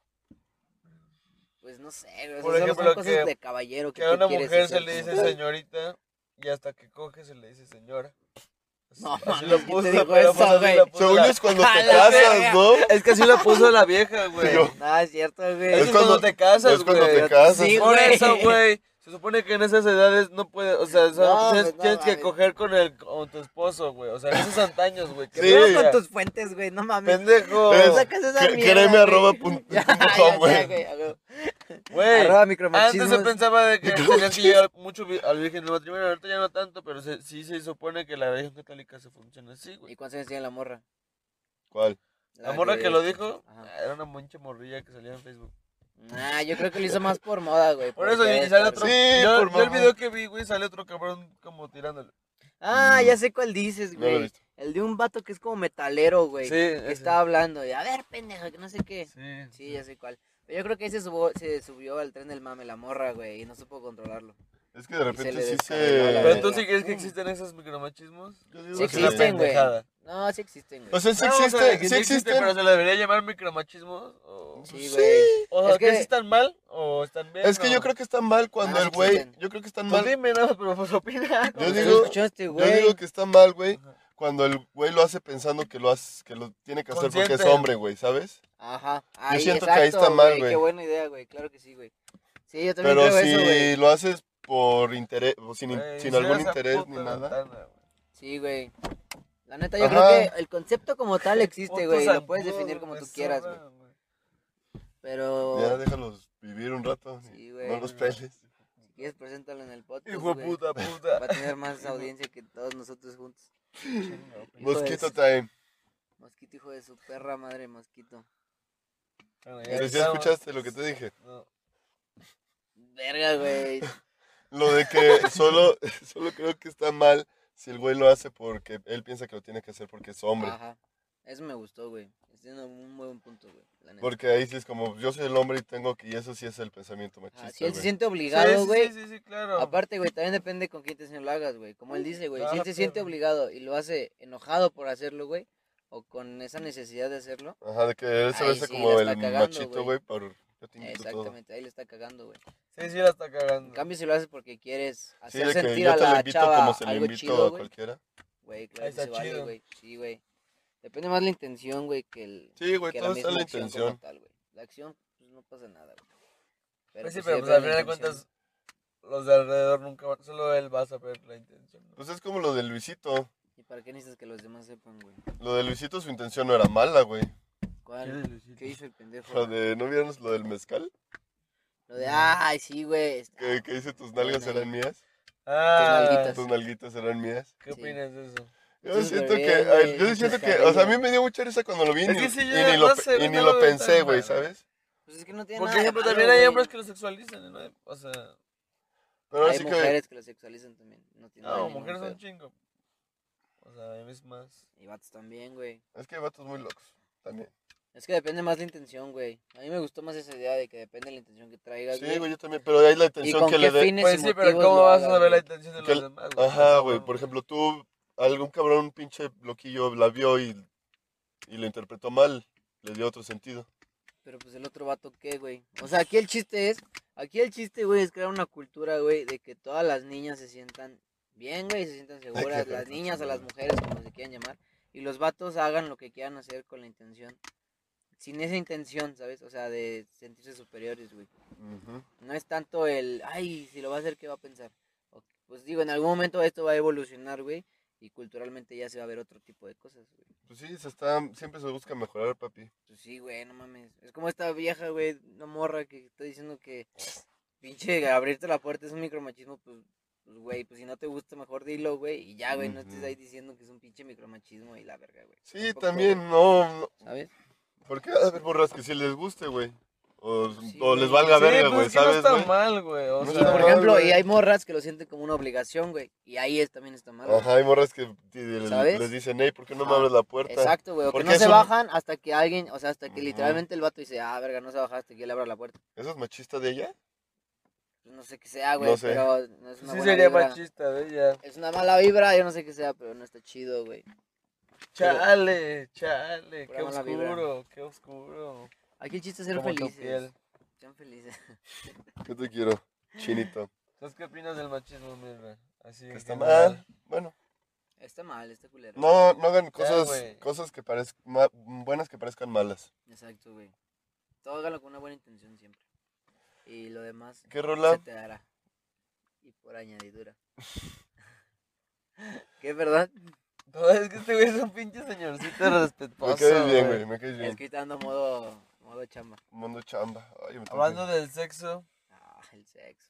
S3: Pues no sé, güey. o
S2: Por
S3: sea, son-
S2: ejemplo,
S3: son cosas
S2: que-
S3: de caballero que,
S2: que a
S3: tú
S2: una
S3: quieres
S2: mujer
S3: hacer
S2: se le
S3: como
S2: dice
S3: tal.
S2: señorita y hasta que coge se le dice señora. Así-
S3: No,
S2: así
S3: mames,
S2: lo
S3: ¿quién te
S2: puso,
S3: dijo
S2: pero, pues,
S3: eso,
S2: así la
S3: güey?
S2: puso
S1: Según
S2: la-
S1: yo es cuando te
S3: la verga.
S1: casas, ¿no?
S2: Es que así la puso la vieja, güey.
S1: Yo-
S3: No, es cierto, güey.
S2: Eso
S1: Es
S2: es cuando,
S1: cuando-
S2: te casas,
S1: es cuando
S2: güey.
S1: te casas.
S3: Sí,
S2: Por
S3: güey.
S2: eso, güey. Se supone que en esas edades no puedes, o sea, son-
S3: No,
S2: tienes,
S3: pues, no
S2: tienes que
S3: mames.
S2: coger con el con tu esposo, güey. O sea, en esos antaños, güey. que
S1: Sí.
S2: no
S3: Cuidado
S2: era-
S3: con tus fuentes, güey, no mames.
S2: Pendejo.
S1: Es-
S3: Sacas esa
S1: Cre-
S3: mierda,
S1: créeme
S3: güey.
S1: arroba punto
S3: Ya,
S1: com,
S3: ya,
S1: güey.
S3: ya, güey. a huevo.
S2: Güey.
S3: Arroba
S2: Ah, Antes se
S3: micromachismos.
S2: pensaba de que tenías que llegar mucho vi- al virgen del matrimonio, ahorita ya no tanto, pero se- sí se supone que la religión católica se funciona así, güey.
S3: ¿Y cuántos años tiene la morra?
S1: ¿Cuál?
S2: La morra que lo dijo
S3: Ajá.
S2: ah, era una moncha morrilla que salía en Facebook.
S3: Nah, yo creo que lo hizo más por moda, güey.
S2: Por
S3: porque pues,
S2: eso, y
S3: debe
S2: sale
S3: estar-
S2: otro.
S1: Sí,
S2: yo,
S1: por
S2: yo el
S1: mamá.
S2: video que vi, güey, sale otro cabrón como tirándole.
S3: Ah, ya sé cuál dices,
S1: No lo he
S3: güey.
S1: visto.
S3: El de un vato que es como metalero, güey.
S2: Sí,
S3: que
S2: ese.
S3: estaba hablando. Y, a ver, pendejo, que no sé qué.
S2: Sí.
S3: Sí, ya sé cuál. Pero yo creo que ese subo- se subió al tren del mame, la morra, güey, y no supo controlarlo.
S1: Es que de
S3: Y se
S1: repente
S3: le
S1: sí
S3: descarriló la
S2: Pero
S3: verga.
S1: se...
S2: entonces, ¿crees que existen esos micromachismos?
S1: Yo digo
S3: Sí
S1: que sí.
S3: existen, güey.
S2: pendejada.
S3: No, sí existen, güey.
S1: O sea, sí
S2: No, o sea,
S1: existe,
S2: que
S1: sí
S2: Pero
S1: existen.
S2: se le debería llamar micromachismos. O,
S3: Sí,
S1: sí.
S3: güey.
S2: o sea,
S3: Es
S2: que...
S3: que-
S2: si están mal o están bien.
S1: Es que yo creo que está mal cuando
S3: Ah,
S1: el
S3: sí
S1: güey,
S3: existen.
S1: yo creo que está
S2: Pues
S1: mal.
S2: dime, nada, pero pues opina.
S1: Yo
S3: Pero
S1: digo-
S3: lo escuchaste,
S1: Yo
S3: güey.
S1: digo que está mal, güey,
S2: Ajá.
S1: cuando el güey lo hace pensando que lo hace- que lo tiene que hacer porque es
S2: Consciente.
S1: hombre, güey, ¿sabes?
S3: Ajá. Ahí,
S1: siento que
S3: exacto,
S1: ahí está mal, güey.
S3: Qué buena idea, güey. Claro que sí, güey. Sí, yo también
S1: Pero
S3: creo
S1: si
S3: eso, güey.
S1: lo haces por interés, o sin, in-
S2: Güey,
S1: sin
S2: cierra
S1: algún
S2: esa
S1: interés ni
S2: puta
S1: nada.
S2: ventana, güey.
S3: Sí, güey. La neta, yo
S1: Ajá.
S3: creo que el concepto como tal existe,
S2: Puto
S3: güey. Lo
S2: zancudo,
S3: puedes definir como tú
S2: zorra,
S3: quieras, güey.
S1: Ya
S3: Pero.
S1: déjalos vivir un rato,
S3: Sí, güey.
S1: no los peles.
S3: Si quieres, preséntalo en el podcast.
S2: Hijo de
S3: güey.
S2: puta,
S3: Va a
S2: puta.
S3: tener más audiencia que todos nosotros juntos. Hijo de
S1: Mosquito
S3: su-
S1: time.
S3: Mosquito, hijo de su perra madre, mosquito.
S2: Bueno,
S1: Ya
S2: estamos.
S1: escuchaste lo que te dije.
S2: No.
S3: Verga, güey.
S1: Lo de que solo, solo creo que está mal si el güey lo hace porque él piensa que lo tiene que hacer porque es hombre.
S3: Ajá. Eso me gustó, güey. Es un muy buen punto, güey. La neta.
S1: Porque ahí sí es como, yo soy el hombre y tengo que, y eso sí es el pensamiento machista.
S3: Ah, si él se
S1: güey.
S3: siente
S2: Sí,
S3: obligado,
S2: sí,
S3: güey.
S2: Sí, sí, sí, claro.
S3: Aparte, güey, también depende con quién te lo hagas, güey. Como él dice, güey, si él
S2: Ah,
S3: se siente
S2: perro.
S3: obligado y lo hace enojado por hacerlo, güey, o con esa necesidad de hacerlo,
S1: Ajá, de querer
S3: Ahí
S1: saberse
S3: sí,
S1: como
S3: la
S1: el
S3: está cagando,
S1: machito,
S3: güey.
S1: güey, por yo te invito a todo.
S3: exactamente, ahí le está cagando, güey.
S2: Sí, sí, la está
S3: En
S2: cagando.
S3: cambio, si lo haces porque quieres
S1: Sí,
S3: hacer
S1: de que
S3: sentir
S1: yo
S3: a
S1: te lo
S3: la
S1: invito
S3: chava
S1: como se lo
S3: algo
S1: invito
S3: chido,
S1: a
S3: güey,
S1: cualquiera.
S3: güey, claro
S2: Ahí
S3: que se
S2: está
S3: vale,
S2: chido.
S3: güey. Sí, güey. Depende más la intención, güey, que el
S1: Sí, güey,
S3: que
S1: todo está en la
S3: acción
S1: intención.
S3: como tal, güey. La acción pues no pasa nada, güey.
S2: Pues sí, pero
S3: pues, sí
S2: pues, al
S3: depende
S2: final
S3: la
S2: de
S3: intención.
S2: cuentas, los de alrededor nunca van. Solo él va a saber la intención. ¿no?
S1: Pues es como lo de Luisito.
S3: ¿Y para qué necesitas que los demás sepan, güey?
S1: Lo de Luisito, su intención no era mala, güey.
S3: ¿Cuál? ¿Qué hizo el pendejo?
S1: La de- ¿No vieron lo del mezcal?
S3: Lo de, ay, sí, güey. ah, está-
S1: Que, que dice tus nalgas
S3: Bueno.
S1: eran mías,
S2: Ah,
S3: nalguitas.
S1: tus nalguitas eran mías.
S2: ¿qué
S3: Sí.
S2: opinas de eso?
S1: Yo
S3: Tus
S1: siento que,
S3: bebés,
S1: ay, yo
S3: tus
S1: siento que, o sea, a mí
S3: cabellos.
S1: me dio mucha risa cuando lo vi y
S2: Es
S1: ni-
S2: que sí,
S1: y
S2: yo
S1: ni lo
S2: no
S1: pe-
S2: sé,
S1: y
S2: no
S1: ni
S2: lo
S1: lo
S2: veo tan
S1: pensé, güey,
S2: mal.
S1: ¿sabes?
S3: Pues es que no tiene
S2: Por
S3: nada de
S2: ejemplo,
S3: malo,
S2: también hay
S3: güey.
S2: hombres que lo sexualizan, ¿no? O sea,
S1: Pero ahora
S3: hay
S1: sí que,
S3: mujeres que lo sexualizan también. No, tiene nada
S2: no,
S3: de malo,
S2: mujeres son
S3: pero-
S2: chingo. O sea, es más.
S3: Y vatos también, güey.
S1: es que hay vatos muy locos también.
S3: Es que depende más la intención, güey. A mí me gustó más esa idea de que depende de la intención que traigas,
S1: Sí, güey, yo también, pero ahí la
S3: Y
S1: atención
S3: con
S1: que
S3: qué
S1: le dé.
S3: fines
S2: Pues
S3: y
S2: sí, pero
S3: motivos
S2: ¿cómo
S3: lo
S2: vas a
S3: hagas,
S2: ver la
S3: güey?
S2: intención de
S1: Que
S2: los
S1: el-
S2: demás? güey?
S1: Ajá, güey. Por ejemplo, tú, algún cabrón, un pinche loquillo, la vio y, y lo interpretó mal. Le dio otro sentido.
S3: Pero pues el otro vato qué, güey. O sea, aquí el chiste es, aquí el chiste, güey, es crear una cultura, güey, de que todas las niñas se sientan bien, güey, se sientan seguras,
S1: joder,
S3: las
S1: qué
S3: niñas o
S1: chingada.
S3: las mujeres, como se quieran llamar, y los vatos hagan lo que quieran hacer con la intención. Sin esa intención, ¿sabes? O sea, de sentirse superiores, güey.
S1: Ujú.
S3: No es tanto el, ay, si lo va a hacer, ¿qué va a pensar? O- pues digo, en algún momento esto va a evolucionar, güey, y culturalmente ya se va a ver otro tipo de cosas, güey.
S1: Pues sí, se está, siempre se busca mejorar, papi.
S3: Pues sí, güey, no mames. Es como esta vieja, güey, una morra que está diciendo que pinche abrirte la puerta es un micromachismo, pues, pues güey, pues si no te gusta, mejor dilo, güey, y ya, güey, no estés
S1: Ujú.
S3: ahí diciendo que es un pinche micromachismo y la verga, güey.
S1: Sí,
S3: Tampoco,
S1: también,
S3: güey,
S1: no, no.
S3: ¿Sabes?
S1: ¿Por qué haber borras que sí les guste, güey? O,
S3: Sí,
S1: o les
S3: güey.
S1: valga
S2: Sí,
S1: verga,
S2: pues
S1: güey,
S2: es que no
S1: ¿sabes,
S2: está
S1: güey?
S2: mal, güey. O
S1: No
S2: sea,
S1: está
S3: Por
S1: mal,
S3: ejemplo,
S1: güey.
S3: y hay morras que lo sienten como una obligación, güey, y ahí es, también está mal. güey.
S1: Ajá, hay morras que t- les,
S3: ¿Sabes?
S1: les dicen, hey, ¿por qué no me
S3: Ajá,
S1: abres la puerta?
S3: Exacto, güey, o que
S1: Porque
S3: no
S1: es
S3: se
S1: un-
S3: bajan hasta que alguien, o sea, hasta que
S1: Ujú.
S3: literalmente el vato dice, ah, verga, no se baja hasta que yo le abra la puerta.
S1: ¿Eso es machista de ella?
S3: Pues no sé qué sea, güey,
S1: No sé.
S3: pero no es una
S2: sí
S3: buena
S2: sería
S3: vibra.
S2: machista de ella.
S3: Es una mala vibra, yo no sé qué sea, pero no está chido, güey.
S2: Chale, chale,
S3: Pura
S2: qué
S3: mala vibra.
S2: oscuro, qué oscuro.
S3: Aquí el chiste es ser
S2: Como tu
S3: felices.
S2: piel.
S3: Sean felices.
S1: Yo te quiero, chinito.
S2: ¿Sabes qué opinas del machismo, mierda? Así
S1: Que
S2: en
S1: está
S2: general.
S1: mal. Bueno,
S3: Está mal, está culero.
S1: no, no hagan cosas,
S2: güey.
S1: cosas que parez- ma- buenas que parezcan malas.
S3: Exacto, güey. Todo hágalo con una buena intención siempre. Y lo demás
S1: ¿Qué
S3: se
S1: rola?
S3: te dará. Y por añadidura. ¿Qué, verdad?
S2: No, es que este güey es un pinche señorcito respetuoso.
S1: Me caes bien,
S2: güey.
S1: güey, me caes
S3: Es
S1: bien.
S3: que está dando modo, modo chamba.
S1: Mundo chamba. Ay, me tengo
S2: Hablando del sexo,
S3: Ah, el sexo.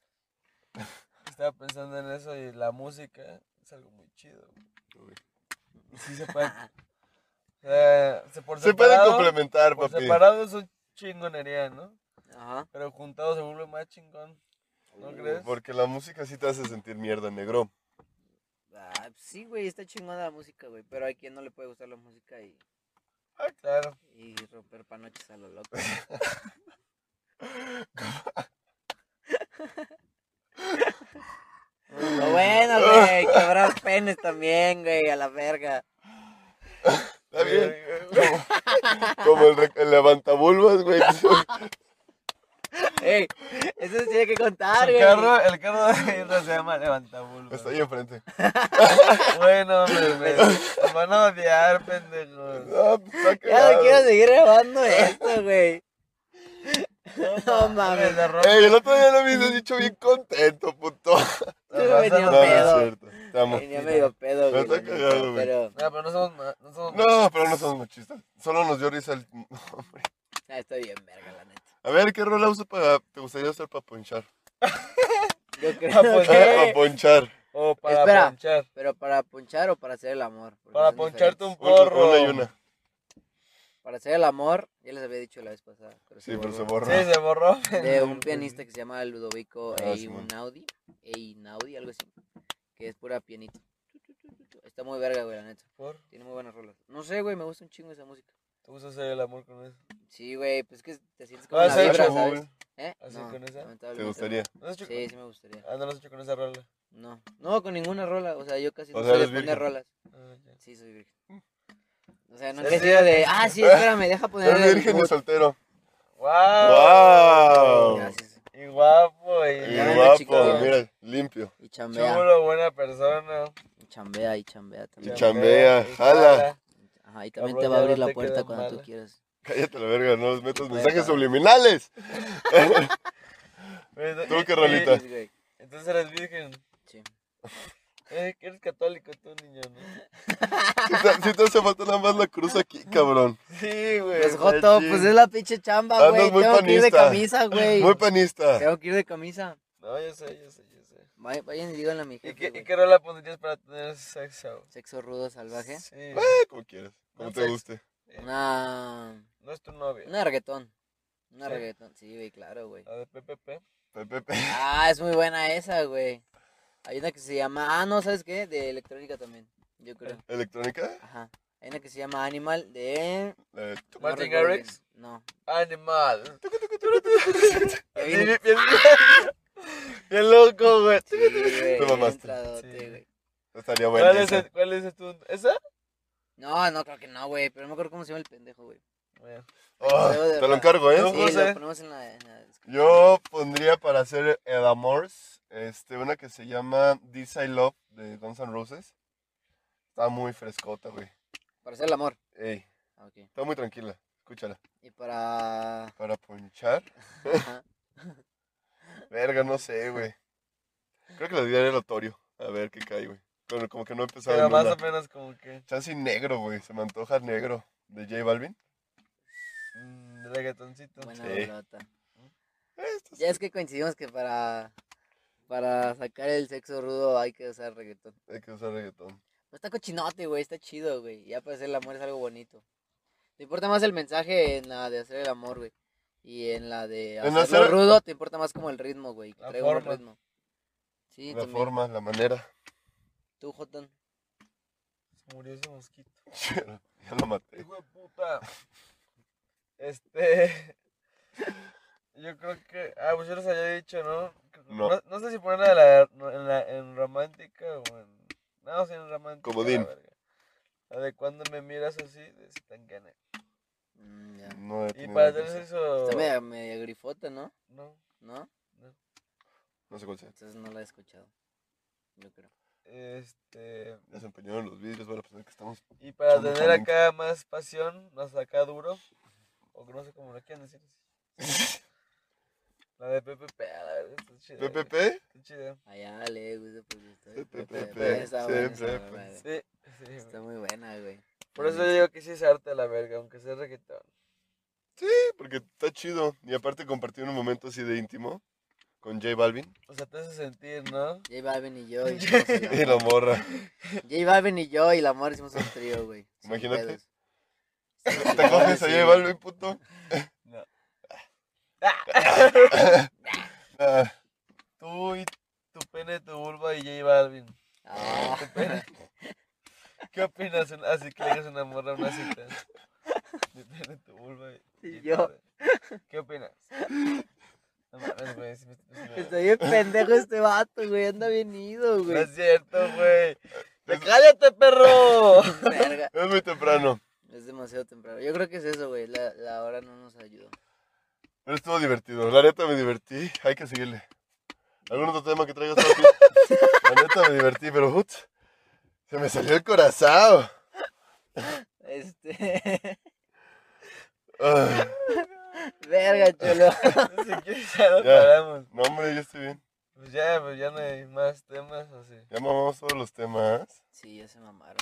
S2: estaba pensando en eso y la música es algo muy chido. güey.
S1: que- Uy.
S2: Sí se puede. Eh, se por
S1: Se pueden
S2: separado-
S1: complementar,
S2: Por
S1: papi.
S2: separado es un chingonería, ¿no?
S3: Ah, Ajá.
S2: Pero juntados se vuelve más chingón. ¿No crees?
S1: Porque la música sí te hace sentir mierda, negro.
S3: Ah, pues sí, güey, está chingona la música, güey. Pero hay quien no le puede gustar la música y,
S2: Ah, claro.
S3: y romper panoches a lo loco. Lo bueno, güey, quebrar penes también, güey, a la verga.
S1: Está bien.
S2: Verga,
S1: Como el, re- el levantabulbas, güey.
S3: Ey, eso se tiene que contar,
S2: El
S3: güey.
S2: carro, el carro de Irra se llama Levantabulbas.
S1: Está ahí enfrente.
S2: Bueno, me, me, me van a odiar, pendejos.
S1: No, pues, está
S3: Ya no
S1: cagado.
S3: quiero seguir grabando esto, güey. No mames.
S2: De ropa,
S1: Ey, el otro día lo vi, dicho bien contento, puto.
S3: Yo me venía
S1: No, no es
S3: pedo.
S1: cierto. Te amo.
S3: Venía medio pedo, güey.
S1: Pero
S3: la
S1: está
S3: neta,
S1: cagado, güey.
S3: Pero,
S2: No, Ah, pero no somos. ma- No somos
S1: No, pero no somos machistas. Solo nos dio risa el nombre.
S3: ah, está bien, verga, la neta.
S1: A ver, ¿qué rola usa para, te gustaría usar para ponchar?
S3: Yo
S2: Ah,
S3: creo
S2: pues,
S1: Para
S3: que...
S1: ponchar.
S2: O Oh, para
S3: Espera.
S2: ponchar.
S1: Pues
S3: Pero para ponchar o para hacer el amor. Porque
S2: Para
S3: son
S2: poncharte un
S3: diferentes.
S1: Un-
S2: porro.
S1: Una y una.
S3: Para hacer el amor, ya les había dicho la vez pasada. pero
S1: Sí, pero se
S3: borró.
S1: borró.
S2: Sí, se borró.
S3: de un pianista que se llama Ludovico
S1: Ah, Simón.
S3: Einaudi, Einaudi, algo así, que es pura pianito. Está muy verga, güey, la neta.
S2: ¿Por?
S3: Tiene muy buenas rolas. No sé, güey, me gusta un chingo esa música.
S2: ¿Te gusta hacer el amor con eso?
S3: Sí, güey, pues es que te sientes como
S2: Ah,
S3: la
S2: sí,
S3: vibra,
S1: Nacho,
S3: ¿sabes?
S1: güey,
S3: ¿Eh?
S2: ¿Así
S3: No,
S2: con esa?
S1: ¿Te
S3: lamentablemente,
S1: gustaría?
S2: ¿No has hecho
S3: güey. Sí, sí me gustaría.
S2: Ah, no lo has hecho con esa rola.
S3: No, no, con ninguna rola, o sea, yo casi
S1: O
S3: no
S1: sea,
S3: soy de
S1: eres
S3: poner
S1: virgen.
S3: rolas.
S2: Ah, ya.
S3: Sí, soy virgen. O sea, nunca
S2: Sí,
S3: he
S2: sí,
S3: sido de,
S2: eres-
S3: ah, sí, espérame, deja poner
S1: Eres
S3: el
S1: virgen y
S3: mood".
S1: soltero.
S2: ¡Wow!
S1: ¡Wow!
S3: Oh, Gracias.
S2: Y guapo, y,
S1: Y
S3: Ya ven,
S1: guapo,
S3: chicos.
S1: mira, limpio.
S3: Y chambea,
S2: chulo, buena persona.
S3: y chambea, y chambea también.
S1: Y chambea, jala.
S3: Ajá, y también
S2: Cabrón,
S3: te va a
S2: ya
S3: abrir
S2: no
S3: la
S2: te
S3: puerta
S2: quedan
S3: cuando tú
S2: balas.
S3: quieras.
S1: Cállate la verga, no les metas
S3: Sí,
S1: mensajes
S3: puede.
S1: subliminales.
S2: Pero-
S1: ¿Tú qué
S2: y-
S1: rolita?
S3: Sí, güey.
S2: Entonces eres virgen.
S3: Sí.
S2: Eh, que eres católico tú, niño, ¿no?
S1: Si te, si te hace falta nada más la cruz aquí, cabrón.
S2: Sí, güey.
S3: Pues Joto,
S1: sí.
S3: pues es la pinche chamba,
S1: Andas
S3: güey. Tengo
S1: muy
S3: que ir de
S1: panista.
S3: camisa, güey.
S1: Muy panista.
S3: Tengo que ir de camisa.
S2: No, yo sé, yo sé, yo sé.
S3: Vay- Vayan y díganle a mi
S2: ¿Y
S3: jefe,
S2: qué,
S3: güey.
S2: ¿Y qué rola pondrías para tener sexo?
S3: Sexo rudo salvaje.
S2: Sí.
S1: Eh, como quieras, como
S2: No
S1: te
S2: sé.
S1: guste.
S3: Una.
S2: No es tu novia.
S3: Una reggaetón. Una
S2: ¿Sí?
S3: reggaetón. Sí, güey, claro, güey.
S2: La de PPP.
S1: Pe, pe, pe.
S3: Ah, es muy buena esa, güey. Hay una que se llama. Ah, no, ¿sabes qué? De electrónica también. Yo creo.
S1: ¿Electrónica?
S3: Ajá. Hay una que se llama Animal de.
S1: La de-
S3: no
S2: Martin
S3: recuerdo bien.
S2: Garrix.
S3: No.
S2: Animal.
S3: Ya
S2: Bien,
S3: viene-
S2: bien- bien loco, güey.
S3: Sí, güey,
S1: Te mamaste.
S3: entradote,
S2: Sí.
S3: güey.
S1: Estaría buena.
S2: ¿Cuál es,
S1: esa.
S2: el- ¿Cuál es tu... ¿Esa?
S3: No, no, creo que no, güey. Pero no me acuerdo cómo se llama el pendejo, güey.
S2: Bueno,
S1: Ah,
S3: Luego de
S1: te lo
S3: la-
S1: encargo,
S3: Sí,
S1: ¿eh?
S2: No, José.
S3: lo ponemos en la. en la descripción.
S1: Yo pondría para hacer el amor, este, una que se llama This I Love de Guns N' Roses. Está muy frescota, güey.
S3: Para hacer el amor.
S1: Ey,
S3: Ah, ok.
S1: está muy tranquila. Escúchala.
S3: Y para.
S1: Para ponchar.
S3: Ajá.
S1: Verga, no sé, güey. Creo que le diré el Otorio. A ver qué cae, güey. Pero como que no he empezado
S2: pero
S1: en
S2: más
S1: una.
S2: o menos como que...
S1: Chance y negro, güey. Se me antoja negro. De J Balvin.
S2: mm, Reggaetoncito.
S3: Buena
S1: Sí.
S3: bolota.
S1: Eh, está-
S3: Ya es que coincidimos que para. Para sacar el sexo rudo hay que usar reggaetón.
S1: Hay que usar reggaetón.
S3: No está cochinote, güey, está chido, güey. Ya para hacer el amor es algo bonito. Te importa más el mensaje en la de hacer el amor, güey. Y en la de
S1: En
S3: hacerlo
S1: hacer-
S3: rudo, te importa más como el ritmo, güey. Que
S2: La
S3: traiga un
S2: forma.
S3: ritmo. Sí,
S1: La
S3: también.
S1: forma, la manera.
S3: Tú, Jotón.
S2: Se murió ese mosquito.
S1: ya lo maté.
S2: Hijo de puta. Este. Yo creo que. Ah, pues yo les había dicho, ¿no?
S1: No.
S2: No sé si ponerla de la, en, la, en romántica o en. No, sí, en romántica.
S1: Comodín.
S2: la verga. La de cuando me miras así, de Zetangana.
S3: Mm, ya.
S1: No he
S2: Y
S1: tenido
S2: para
S1: la
S2: tener
S1: chance.
S2: sexo.
S3: Está media, media grifota, ¿no?
S2: No,
S3: ¿No?
S2: no.
S1: No sé cuál sea.
S3: Entonces no la he escuchado. Yo creo.
S2: Este.
S1: Ya se empeñaron los vidrios, van a pensar que estamos.
S2: Y para
S1: Somos
S2: tener
S1: amigos.
S2: acá más pasión, más acá duro. O que no sé cómo lo quieran decir. La de PPP, a la verdad, está chida. güey,
S1: ¿PPP?
S2: Está chida.
S3: Allá le gusta pues está-
S1: Sí,
S3: está-
S1: Pepe,
S3: está- está buena,
S1: sí,
S3: está
S1: Pepe.
S3: buena, güey.
S2: Sí, sí. güey.
S3: Está muy buena, güey.
S2: Por eso yo digo que sí es arte a la verga, aunque sea reggaetón.
S1: Sí, porque está chido. Y aparte compartir un momento así de íntimo con J Balvin
S2: O sea, te hace sentir, ¿no?
S3: J Balvin y yo hicimos el
S1: y la
S3: amor.
S1: morra.
S3: J Balvin y yo y la amor hicimos un trío, güey. sin
S1: Imagínate.
S3: pedos.
S1: ¿Te coges a
S3: Ah, Sí,
S1: J
S3: güey.
S1: Balvin, puto?
S2: No.
S1: Ah,
S2: Tú y tu pene, tu vulva y J Balvin.
S3: Ah,
S2: Tu pene. ¿Qué opinas? un- Así que le digas una morra a una cita. Tu pene, tu vulva y...
S3: Y
S2: y
S3: yo.
S2: todo. ¿Qué opinas? No mames, güey. sí me- sí me-
S3: está bien pendejo este vato, güey. Anda bien ido,
S2: No
S3: güey.
S2: es cierto, güey.
S1: Es-
S2: ¡Cállate, perro!
S3: Verga.
S1: es muy temprano.
S3: Es demasiado temprano. Yo creo que es eso, güey. La, la hora no nos ayudó.
S1: Pero estuvo divertido. La neta me divertí. Hay que seguirle. ¿Algún otro tema que traigas papi? La neta me divertí, pero ut, se me salió el corazón.
S3: Este.
S1: Ah,
S3: Verga, cholo.
S2: Si quieres ya lo
S1: Ya.
S2: paramos.
S1: no, hombre, yo estoy bien.
S2: Pues ya, pues ya no hay más temas así.
S1: Ya mamamos todos los temas.
S3: Sí, ya se mamaron.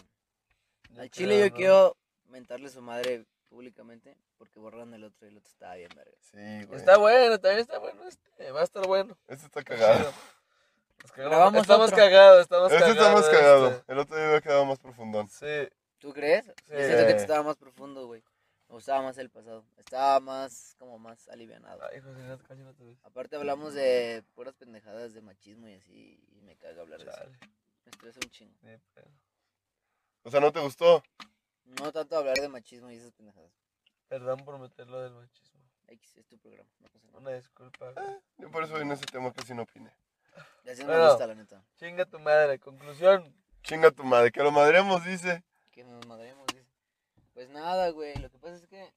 S3: Al chile yo quiero mentarle su madre públicamente porque borraron el otro y el otro estaba bien, verga.
S1: Sí, güey.
S2: Está bueno, también está bueno este. Va a estar bueno.
S1: Este está cagado.
S2: Nos cagamos.
S3: Grabamos
S2: Pues estamos
S3: otro.
S2: cagados, estamos
S1: Este
S2: cagados.
S1: está más cagado. El otro día había quedado más profundón.
S2: este.
S3: ¿Tú crees?
S2: Sí,
S3: Yo siento que
S1: Sí.
S3: estaba más profundo, güey. Me gustaba más el pasado. Estaba más, como más alivianado.
S2: Ay, José, no, casi no te ves.
S3: Aparte hablamos de puras pendejadas de machismo y así. Y me caga hablar de eso.
S2: Chale,
S3: Me estresa un chingo.
S2: ni pedo.
S1: O sea, ¿no te gustó?
S3: No tanto hablar de machismo y esas pendejadas.
S2: Perdón por meterlo del machismo.
S3: X, es tu programa. No pasa nada.
S2: Una disculpa. güey.
S1: Yo por eso en ese tema casi no opiné.
S3: Así no
S2: Bueno.
S3: me gusta, la neta.
S2: Chinga tu madre. Conclusión.
S1: Chinga tu madre, que lo madremos, dice.
S3: Que nos madremos, dice. Pues nada, güey. Lo que pasa es que,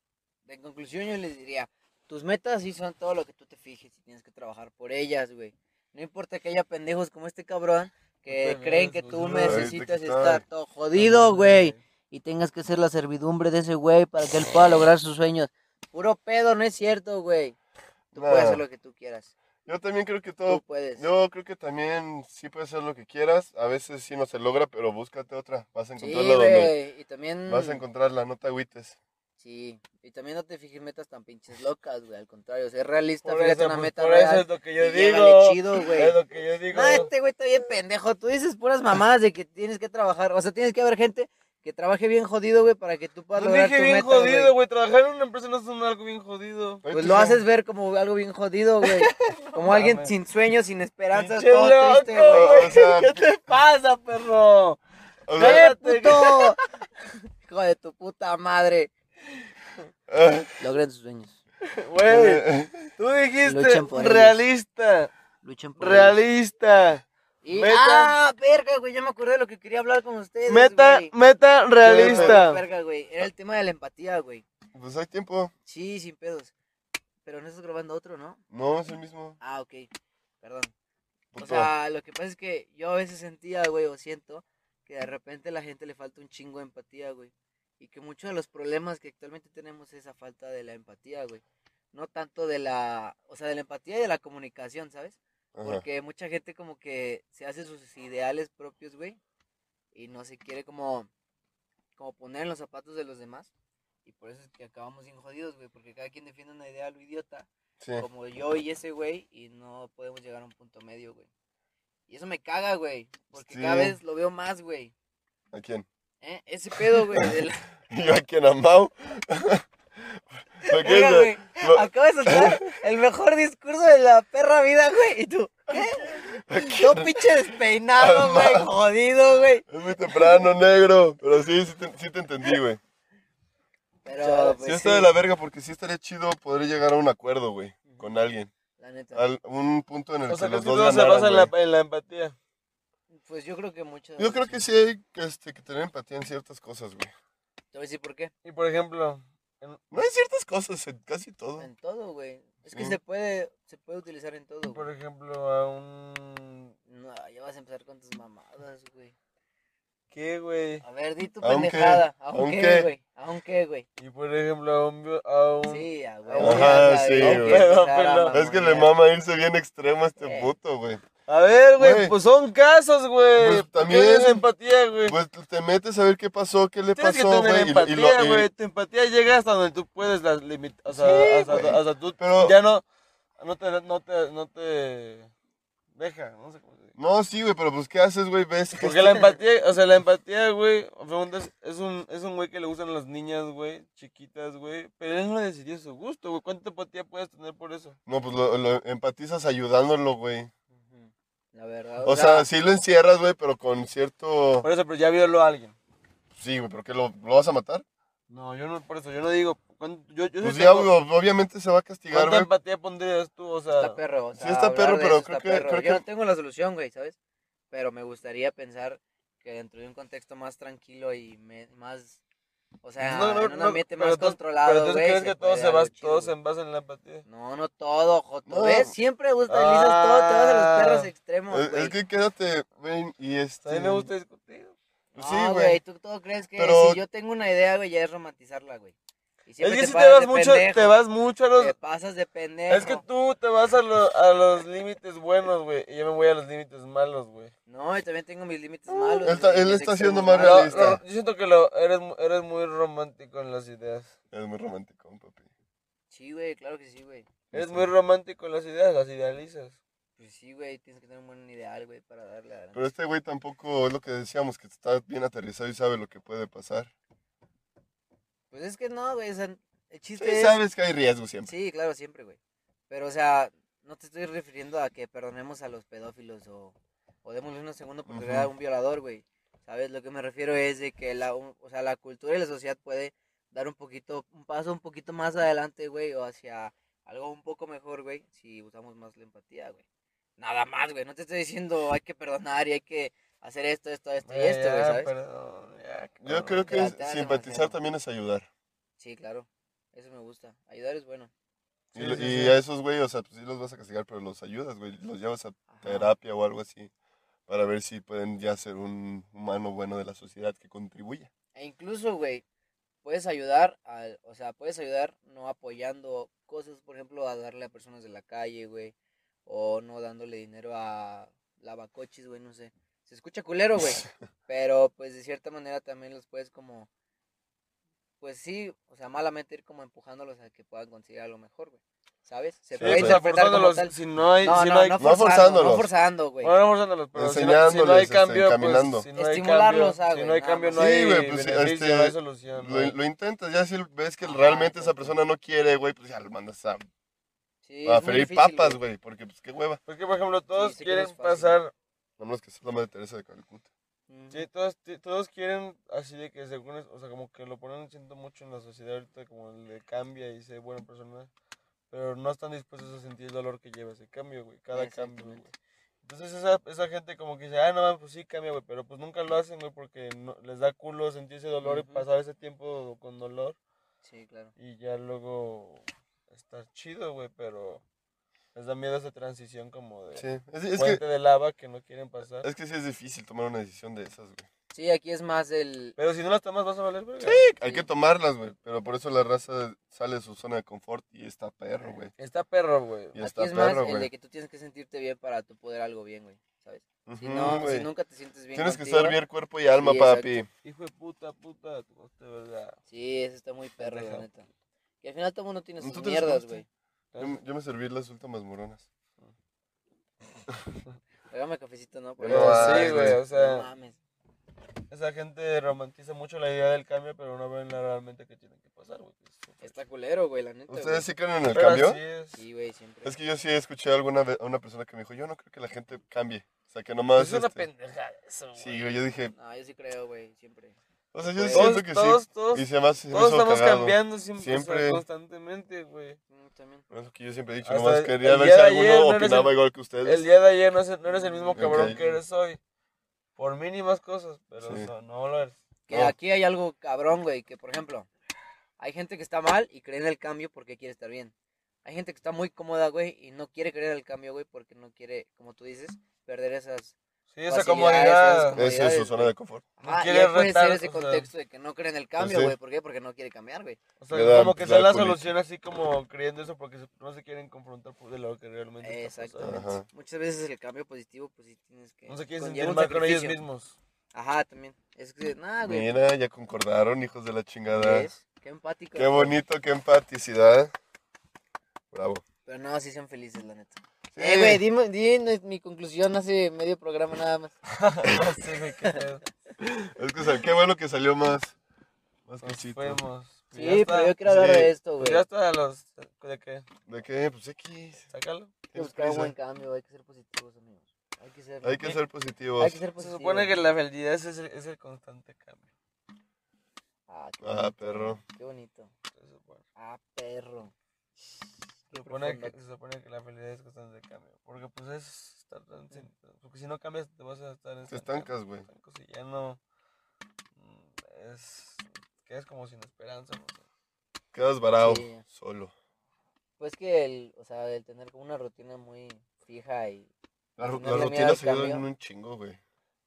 S3: de conclusión, yo les diría: tus metas sí son todo lo que tú te fijes y tienes que trabajar por ellas, güey. No importa que haya pendejos como este cabrón que
S2: No te
S3: creen
S2: veas,
S3: pues que tú
S2: boludo.
S1: Ahorita
S3: necesitas
S1: que está.
S3: estar todo jodido, güey. Y tengas que ser la servidumbre de ese güey para que él pueda lograr sus sueños. Puro pedo, no es cierto, güey. Tú
S1: No.
S3: puedes hacer lo que tú quieras.
S1: Yo también creo que
S3: Tú
S1: todo.
S3: puedes.
S1: Yo creo que también sí puedes hacer lo que quieras. A veces sí no se logra, pero búscate otra. Vas a
S3: sí,
S1: encontrarla donde.
S3: güey, Mm. Y también.
S1: Vas a encontrarla, no te agüites.
S3: Sí. Y también no te fijes metas tan pinches locas, güey. Al contrario, ser realista,
S2: Por
S3: fíjate
S2: eso,
S3: una
S2: pues,
S3: meta
S2: por eso es
S3: real.
S2: lo que yo
S3: y llégale
S2: digo.
S3: chido, güey.
S2: Es lo que yo digo.
S3: No, este güey está bien pendejo. Tú dices puras mamadas de que tienes que trabajar. O sea, tienes que haber gente que trabaje bien jodido, güey, para que tú puedas
S2: No
S3: lograr
S2: Pues dije
S3: tu
S2: bien
S3: meta,
S2: jodido,
S3: güey.
S2: güey. Trabajar en una empresa no es un algo bien jodido.
S3: Pues lo haces ver como algo bien jodido, güey. Como alguien
S2: mames.
S3: sin sueños, sin esperanzas,
S2: Pinche
S3: todo
S2: loco,
S3: triste, güey.
S1: O sea,
S2: ¿Qué te pasa, perro?
S1: o sea,
S3: ¡Eh,
S2: Cállate,
S3: puto! Hijo de tu puta madre. Logren sus sueños.
S1: Eh.
S2: Güey, tú dijiste
S3: Luchan por ellos.
S2: realista,
S3: Luchen por ellos.
S2: realista,
S3: Y-
S2: meta.
S3: ¡Ah, verga, güey! Ya me acordé de lo que quería hablar con ustedes,
S2: meta,
S3: güey.
S2: meta
S3: Pero,
S2: realista.
S3: verga, güey. Era el tema de la empatía, güey.
S1: pues hay tiempo.
S3: Sí, sin pedos. Pero no estás grabando otro, ¿no?
S1: No, es el mismo.
S3: Ah, ok. Perdón. O
S1: puto.
S3: sea, lo que pasa es que yo a veces sentía, güey, o siento que de repente a la gente le falta un chingo de empatía, güey. Y que muchos de los problemas que actualmente tenemos es esa falta de la empatía, güey. No tanto de la, o sea, de la empatía y de la comunicación, ¿sabes?
S1: Ajá.
S3: Porque mucha gente como que se hace sus ideales propios, güey. Y no se quiere como, como poner en los zapatos de los demás. Y por eso es que acabamos bien jodidos, güey. Porque cada quien defiende una idea a lo idiota
S1: Sí.
S3: como yo y ese güey y no podemos llegar a un punto medio, güey. Y eso me caga, güey, porque cada
S1: Sí.
S3: vez lo veo más, güey.
S1: ¿A quién?
S3: ¿Eh? Ese pedo, güey. de la-
S1: ¿Yo a quién? ¿A Mau? ¿Por qué
S3: Oiga,
S1: no?
S3: güey,
S1: lo-
S3: acaba de soltar el mejor discurso de la perra vida, güey. Y tú, ¿qué? Tú pinche despeinado, güey,
S1: Amado.
S3: jodido, güey.
S1: Es muy temprano, negro. Pero sí, sí te, sí te entendí, güey.
S3: Pero,
S1: sí
S3: Ah, pues,
S1: está
S3: sí,
S1: de la verga porque sí estaría chido poder llegar a un acuerdo, güey. Con alguien.
S3: la neta.
S1: Al- un punto en el
S2: O sea,
S1: que
S2: que
S1: los
S2: todo
S1: dos
S2: se
S1: ganaran,
S2: basa en la,
S1: güey.
S2: en la empatía.
S3: Pues yo creo que mucho.
S1: Yo creo que sí hay que, este, que tener empatía en ciertas cosas, güey.
S3: Te voy a decir por qué.
S2: Y por ejemplo,
S1: No hay ciertas cosas, en casi todo.
S3: En todo, güey. Es que
S1: Sí.
S3: se puede se puede utilizar en todo,
S2: por
S3: güey.
S2: ejemplo, a un...
S3: No, ya vas a empezar con tus mamadas, güey.
S2: ¿Qué, güey?
S3: A ver, di tu
S1: Aunque,
S3: pendejada.
S1: aunque.
S3: Aunque, güey. Aunque, güey.
S2: Y por ejemplo, a un... vi- A un...
S3: Sí, a
S2: Ajá,
S3: huevo, pues, ya
S1: sí,
S3: sabía que
S1: güey.
S3: empezaba
S2: Pero,
S3: a
S1: Es que le
S3: mamonear.
S1: mama irse bien extremo a este
S3: Eh.
S1: puto, güey.
S2: A ver, güey,
S1: Güey.
S2: pues son casos, güey.
S1: Pues,
S2: ¿Por qué
S1: también.
S2: no es empatía, güey.
S1: Pues te metes a ver qué pasó, qué le
S2: Tienes que
S1: pasó,
S2: tener
S1: güey. y lo- y lo-
S2: empatía,
S1: y-
S2: güey. Tu empatía llega hasta donde tú puedes las limitar. O sea,
S1: Sí,
S2: hasta,
S1: güey.
S2: hasta tú
S1: Pero-
S2: ya no, no te, no te, no te deja, no sé cómo se dice.
S1: No, sí, güey, pero pues ¿qué haces, güey? ¿Ves? que
S2: Porque la empatía, o sea, la empatía, güey, o preguntas, es un, es un güey que le gustan las niñas, güey, chiquitas, güey, pero él no decidió su gusto, güey, ¿cuánta empatía puedes tener por eso?
S1: No, pues lo, lo empatizas ayudándolo, güey.
S3: Ujú. La verdad.
S1: O sea, sí lo encierras, güey, pero con cierto...
S2: Por eso, pero ya violó a alguien.
S1: Sí, güey, pero ¿qué? ¿Lo, lo vas a matar?
S2: No, yo no, por eso, yo no digo, ¿cuán- yo, yo sí
S1: Pues
S2: tengo-
S1: ya, güey, obviamente se va a castigar,
S2: ¿cuánta
S1: güey.
S2: empatía pondrías tú? O sea,
S3: está perro. o
S1: sí
S3: sea,
S1: está
S3: hablar
S1: perro,
S3: de
S1: pero
S3: eso
S1: creo
S3: está
S1: que- creo
S3: Yo
S1: que-
S3: no tengo la solución, güey, ¿sabes? Pero me gustaría pensar que dentro de un contexto más tranquilo y me- más. O
S1: Pues
S3: sea,
S2: No, no,
S3: en un
S2: no,
S3: ambiente
S2: pero
S3: más
S2: tú-
S3: controlado,
S2: Pero tú
S3: güey,
S2: crees que todo
S3: puede
S2: se,
S3: algo
S2: basa,
S3: chido,
S2: todo
S3: güey.
S2: se basa en la empatía.
S3: No, no todo, Joto.
S1: No.
S3: ¿Ves? Siempre gusta, utilizas todo, te vas a los perros
S2: Ah.
S3: extremos,
S1: Es,
S3: güey.
S1: Eh, es que quédate, güey, y este...
S2: A mí me gusta Ah, discutir.
S1: pues
S3: No,
S1: sí,
S3: güey,
S1: güey.
S3: tú todo crees que
S1: Pero-
S3: si yo tengo una idea, güey, ya es romantizarla, güey. Y
S2: Es
S3: siempre
S2: que si te
S3: pasas
S2: vas
S3: de
S2: mucho,
S3: pendejo,
S2: te vas mucho a los...
S3: te pasas de pendejo.
S2: Es que tú te vas a, lo- a los límites buenos, güey, y yo me voy a los límites malos, güey.
S3: No, y también tengo mis límites malos.
S1: Él está-
S3: güey,
S1: él
S3: mis
S1: está siendo
S3: extremos
S1: más
S2: No,
S3: malos.
S1: realista.
S2: no, yo siento que lo, eres, mu- eres muy romántico en las ideas.
S1: Es muy romántico, papi.
S3: Sí, güey, claro que sí, güey.
S2: Eres muy romántico en las ideas, las idealizas.
S3: Pues sí, güey, tienes que tener un buen ideal, güey, para darle adelante.
S1: Pero este güey tampoco es lo que decíamos, que está bien aterrizado y sabe lo que puede pasar.
S3: Pues es que no, güey, o sea, el chiste
S1: Sí,
S3: es...
S1: sabes que hay riesgo siempre.
S3: Sí, claro, siempre, güey. Pero, o sea, no te estoy refiriendo a que perdonemos a los pedófilos o, o démosle una segunda oportunidad a
S1: Ujú.
S3: un violador, güey. ¿Sabes? Lo que me refiero es de que la, un- o sea, la cultura y la sociedad puede dar un poquito, un paso un poquito más adelante, güey, o hacia algo un poco mejor, güey, si usamos más la empatía, güey. Nada más, güey. No te estoy diciendo hay que perdonar y hay que hacer esto, esto, esto y
S2: Eh,
S3: esto,
S1: ah,
S3: güey,
S2: ya,
S3: ¿sabes?
S2: perdón, ya,
S1: Yo
S2: cabrón.
S1: creo que
S3: Ya,
S1: es-
S3: te hace
S1: simpatizar
S3: demasiado.
S1: también es ayudar.
S3: Sí, claro. Eso me gusta. Ayudar es bueno.
S1: Y,
S2: Sí,
S1: lo-
S2: sí,
S1: y
S2: sí.
S1: a esos güey, o sea, pues sí los vas a castigar, pero los ayudas, güey. Los llevas a
S3: Ajá.
S1: terapia o algo así para ver si pueden ya ser un humano bueno de la sociedad que contribuya.
S3: E incluso, güey, puedes ayudar, al, o sea, puedes ayudar no apoyando cosas, por ejemplo, a darle a personas de la calle, güey, o no dándole dinero a lavacoches, güey, no sé. Se escucha culero, güey, pero pues de cierta manera también los puedes como, pues sí, o sea, malamente ir como empujándolos a que puedan conseguir algo mejor, güey, ¿sabes? Se
S2: Sí,
S1: puede
S2: pero
S3: interpretar como
S2: forzándolos,
S3: tal.
S2: si no hay,
S3: No,
S2: si
S3: no,
S2: no, hay,
S3: no
S1: no
S3: forzando, no
S1: forzándolos.
S3: forzándolos, güey.
S2: bueno, no forzándolos, pero si no- si no,
S1: Enseñándoles,
S2: hay
S1: este,
S2: cambio, pues,
S1: caminando.
S2: si no hay
S3: Estimularlos a,
S2: cambio, si
S3: güey,
S2: no hay
S3: nada
S2: cambio,
S3: más.
S2: no
S1: Sí,
S2: hay
S1: güey, pues,
S2: beneficio,
S1: este,
S2: no hay solución.
S1: Lo,
S2: ¿no?
S1: lo intentas, ya si ves que realmente esa persona no quiere, güey, pues ya lo mandas a,
S3: Sí,
S1: a
S3: es muy
S1: freír
S3: difícil,
S1: papas,
S3: güey.
S1: güey, porque pues qué hueva.
S2: Porque, por ejemplo, todos
S3: Sí, sé que no es
S2: quieren
S3: fácil.
S2: pasar,
S1: A menos que sea la madre Teresa de Calcuta.
S3: Ujú.
S2: sí, todos, ti- todos quieren así de que según, es- o sea, como que lo ponen, siento mucho en la sociedad ahorita, como le cambia y se buena persona, pero no están dispuestos a sentir el dolor que lleva ese cambio, güey, cada cambio, güey.
S3: Exactamente.
S2: Entonces esa, esa gente como que dice, ah, no, mames, pues sí, cambia, güey, pero pues nunca lo hacen, güey, porque no- les da culo sentir ese dolor
S3: Ujú.
S2: y pasar ese tiempo con dolor.
S3: Sí, claro.
S2: y ya luego está chido, güey, pero les da miedo esa transición como de
S1: Sí, es, es que,
S2: puente de lava que no quieren pasar.
S1: es que sí es difícil tomar una decisión de esas, güey.
S3: Sí, aquí es más el...
S2: Pero si no las tomas vas a valer, verga.
S1: Hay que tomarlas, güey, pero por eso la raza sale de su zona de confort y está perro, güey.
S2: Está perro, güey.
S1: Y
S3: Aquí
S1: está
S3: es más
S1: perro,
S3: el de
S1: güey.
S3: que tú tienes que sentirte bien para tú poder algo bien, güey, ¿sabes? Si
S1: Ujú,
S3: no,
S1: güey.
S3: si nunca te sientes bien
S1: Tienes que
S3: contigo,
S1: estar bien cuerpo y alma,
S3: Sí, exacto.
S1: papi.
S2: Hijo de puta, puta, tu voz de verdad.
S3: Sí, eso está muy perro, la
S2: Pendejo.
S3: neta. Y al final todo mundo tiene
S1: ¿Tú
S3: sus
S1: te los
S3: mierdas,
S1: comiste?
S3: güey.
S1: Yo, yo me serví las últimas moronas.
S3: Regame cafecito, ¿no?
S2: Pero
S1: No, ay,
S2: sí, güey,
S1: güey.
S2: o
S3: No
S2: sea,
S3: mames.
S2: esa gente romantiza mucho la idea del cambio, pero no ven la- realmente que tienen que pasar, güey. que es sufrir.
S3: Está culero, güey, la neta.
S1: ¿Ustedes sí creen en el
S2: Pero
S1: cambio?
S2: así es.
S3: Sí, güey, siempre.
S1: Es que yo sí escuché a alguna vez a una persona que me dijo, yo no creo que la gente cambie. O sea, que nomás...
S2: Pues Es una
S1: este,
S2: pendejada eso, güey. Pues
S1: Sí, güey, yo dije...
S3: No, yo sí creo, güey, siempre.
S1: O sea, yo
S3: Todos-
S1: siento que
S2: todos,
S1: sí.
S2: todos,
S1: Y se me hace- se me
S2: todos
S1: hizo
S2: estamos
S1: cagado.
S2: cambiando siempre, o sea,
S1: Siempre.
S2: constantemente, güey.
S3: Mm, También.
S1: Es lo que yo siempre he dicho,
S2: Hasta
S1: nomás
S2: el-
S1: quería
S2: el
S1: ver
S2: día
S1: si
S2: de
S1: alguno
S2: ayer, no eres
S1: opinaba
S2: el-
S1: igual que ustedes.
S2: El día de ayer no, es- no eres el mismo
S1: Ok.
S2: cabrón que eres hoy. Por mínimas cosas, pero
S1: Sí.
S2: no, no lo eres.
S3: Que
S1: No.
S3: aquí hay algo cabrón, güey, que por ejemplo, hay gente que está mal y cree en el cambio porque quiere estar bien. Hay gente que está muy cómoda, güey, y no quiere creer en el cambio, güey, porque no quiere, como tú dices, perder esas...
S2: Sí, esa
S3: Facilidades,
S2: comodidad.
S3: esas
S1: Esa es su
S3: comodidades,
S1: zona
S3: güey.
S1: de confort.
S2: No
S3: Ah, y
S2: quiere
S3: ahí puede
S2: retar,
S3: ser ese
S2: o sea.
S3: contexto de que no creen en el cambio,
S1: sí.
S3: güey. ¿Por qué? Porque no quiere cambiar, güey.
S2: O sea,
S1: Le da-
S2: como que
S1: le
S2: sea
S1: da
S2: la
S1: culito.
S2: solución así como creyendo eso porque se- no se quieren confrontar por de lo que realmente está pasando.
S3: Exactamente.
S1: Ajá.
S3: Muchas veces el cambio positivo, pues sí tienes que.
S2: No se quieren
S3: conlleva
S2: sentir
S3: un
S2: mal con ellos
S3: sacrificio.
S2: mismos.
S3: Ajá, también. Es que, nada, Ah, güey.
S1: Mira, ya concordaron, hijos de la chingada.
S3: ¿ves? Qué empático.
S1: Qué bonito, qué empaticidad. Bravo.
S3: Pero no, sí sean felices, la neta.
S1: Sí.
S3: Eh, güey, dime, di n- mi conclusión hace medio programa nada más.
S2: sí, güey, qué pedo.
S1: Es que sal- qué bueno que salió más. Más
S2: Nos
S1: cosito.
S2: fuimos.
S3: Sí,
S2: Ya
S3: pero
S2: está.
S3: yo quiero hablar
S1: Sí.
S3: de esto, güey.
S2: Pues ya está a los. ¿De qué?
S1: ¿De qué? Pues X.
S2: Sácalo.
S3: Hay que
S1: tienes
S3: buscar un
S1: prisa.
S3: buen cambio, hay que ser positivos, amigos. Hay que ser.
S1: Hay que
S2: Ok.
S1: ser positivos.
S3: hay que ser
S2: Se
S3: positivos.
S2: supone que la felicidad es el, es el constante cambio.
S3: Ah, qué
S1: Ah,
S3: bonito,
S1: perro.
S3: Qué bonito.
S2: Se supone.
S3: Ah, perro.
S2: Se supone, que, se supone que la felicidad es constante de cambio. Porque pues es estar tan sin- Porque si no cambias te vas a estar
S1: Te
S2: estancado,
S1: estancas, güey.
S2: estanco, Si ya no... mm, Es... Quedas como sin esperanza. no sé.
S1: Quedas varado.
S3: Sí.
S1: Solo.
S3: Pues que el, o sea, el tener como una rutina muy fija y
S1: La, ru-
S3: No
S1: las
S3: le miedo
S1: rutinas
S3: al
S1: se ayudan
S3: cambio.
S1: un chingo, güey.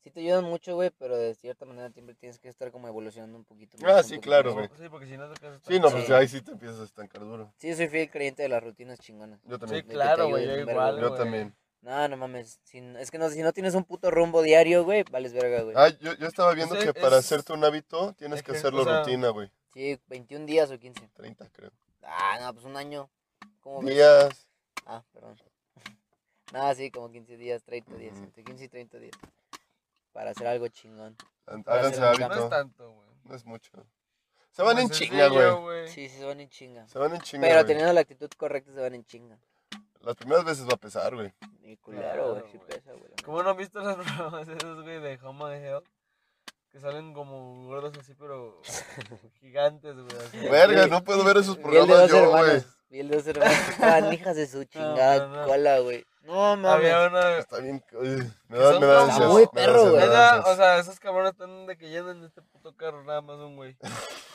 S3: sí te ayudan mucho, güey, pero de cierta manera siempre tienes que estar como evolucionando un poquito
S1: Ah,
S3: un
S1: sí,
S3: poquito
S1: claro,
S3: más.
S1: güey.
S2: Sí, porque si no te quedas
S1: Sí, no,
S2: estancado.
S1: pues
S3: Sí.
S1: ahí sí te empiezas a estancar duro.
S3: Sí, yo soy fiel creyente de las rutinas chingonas.
S1: Yo
S2: Sí,
S1: también.
S3: que te
S2: claro, güey.
S3: ayuden
S2: Yo
S3: un verbo.
S2: igual,
S1: Yo
S2: güey.
S1: también.
S3: No, no mames, si no- es que no, si no tienes un puto rumbo diario, güey, vales verga, güey.
S1: Ah, yo, yo estaba viendo
S2: Ese
S1: que para
S2: es-
S1: hacerte un hábito tienes que
S2: Ejer-
S1: hacerlo
S2: o sea-
S1: rutina, güey.
S3: Sí, 21 días o 15.
S1: 30, creo.
S3: Ah, no, pues un año. ¿Cómo ves?
S1: Días.
S3: Ah, perdón. Nada, sí, como 15 días, 30 días,
S1: Ujú.
S3: entre 15 y 30 días. Para hacer algo chingón.
S1: Háganse
S3: hacer un
S2: No es
S1: hábito.
S2: tanto, güey.
S1: No es mucho. Se van
S2: Es
S1: en
S2: sencillo,
S1: chinga, güey.
S3: Sí, sí, se van en chinga.
S1: Se van en chinga.
S3: Pero
S1: güey.
S3: teniendo la actitud correcta se van en chinga.
S1: Las primeras veces va a pesar, güey.
S3: Y Eh, culero, güey,
S2: Claro,
S3: sí
S2: güey.
S3: pesa, güey. la
S2: ¿Cómo no has visto las bromas esas, güey, de Home and Hell? Que salen como gordos así, pero gigantes, güey. así.
S1: Verga, no puedo ver esos
S3: Vi el de dos
S1: programas yo, güey.
S3: hermanas. Vi el de dos hermanas. que Estaban hijas de su chingada
S2: no, no.
S3: cola, güey. No
S2: Había
S3: mames.
S2: una...
S1: Está bien. uy, Me
S2: Que
S1: da,
S2: son
S1: me da
S2: como-
S1: ansias.
S3: Muy
S1: me da
S3: perro,
S1: ansias,
S3: güey.
S1: me da
S2: Neta,
S1: ansias.
S2: o sea, esos cabrones están de que llenan este puto carro nada más un güey.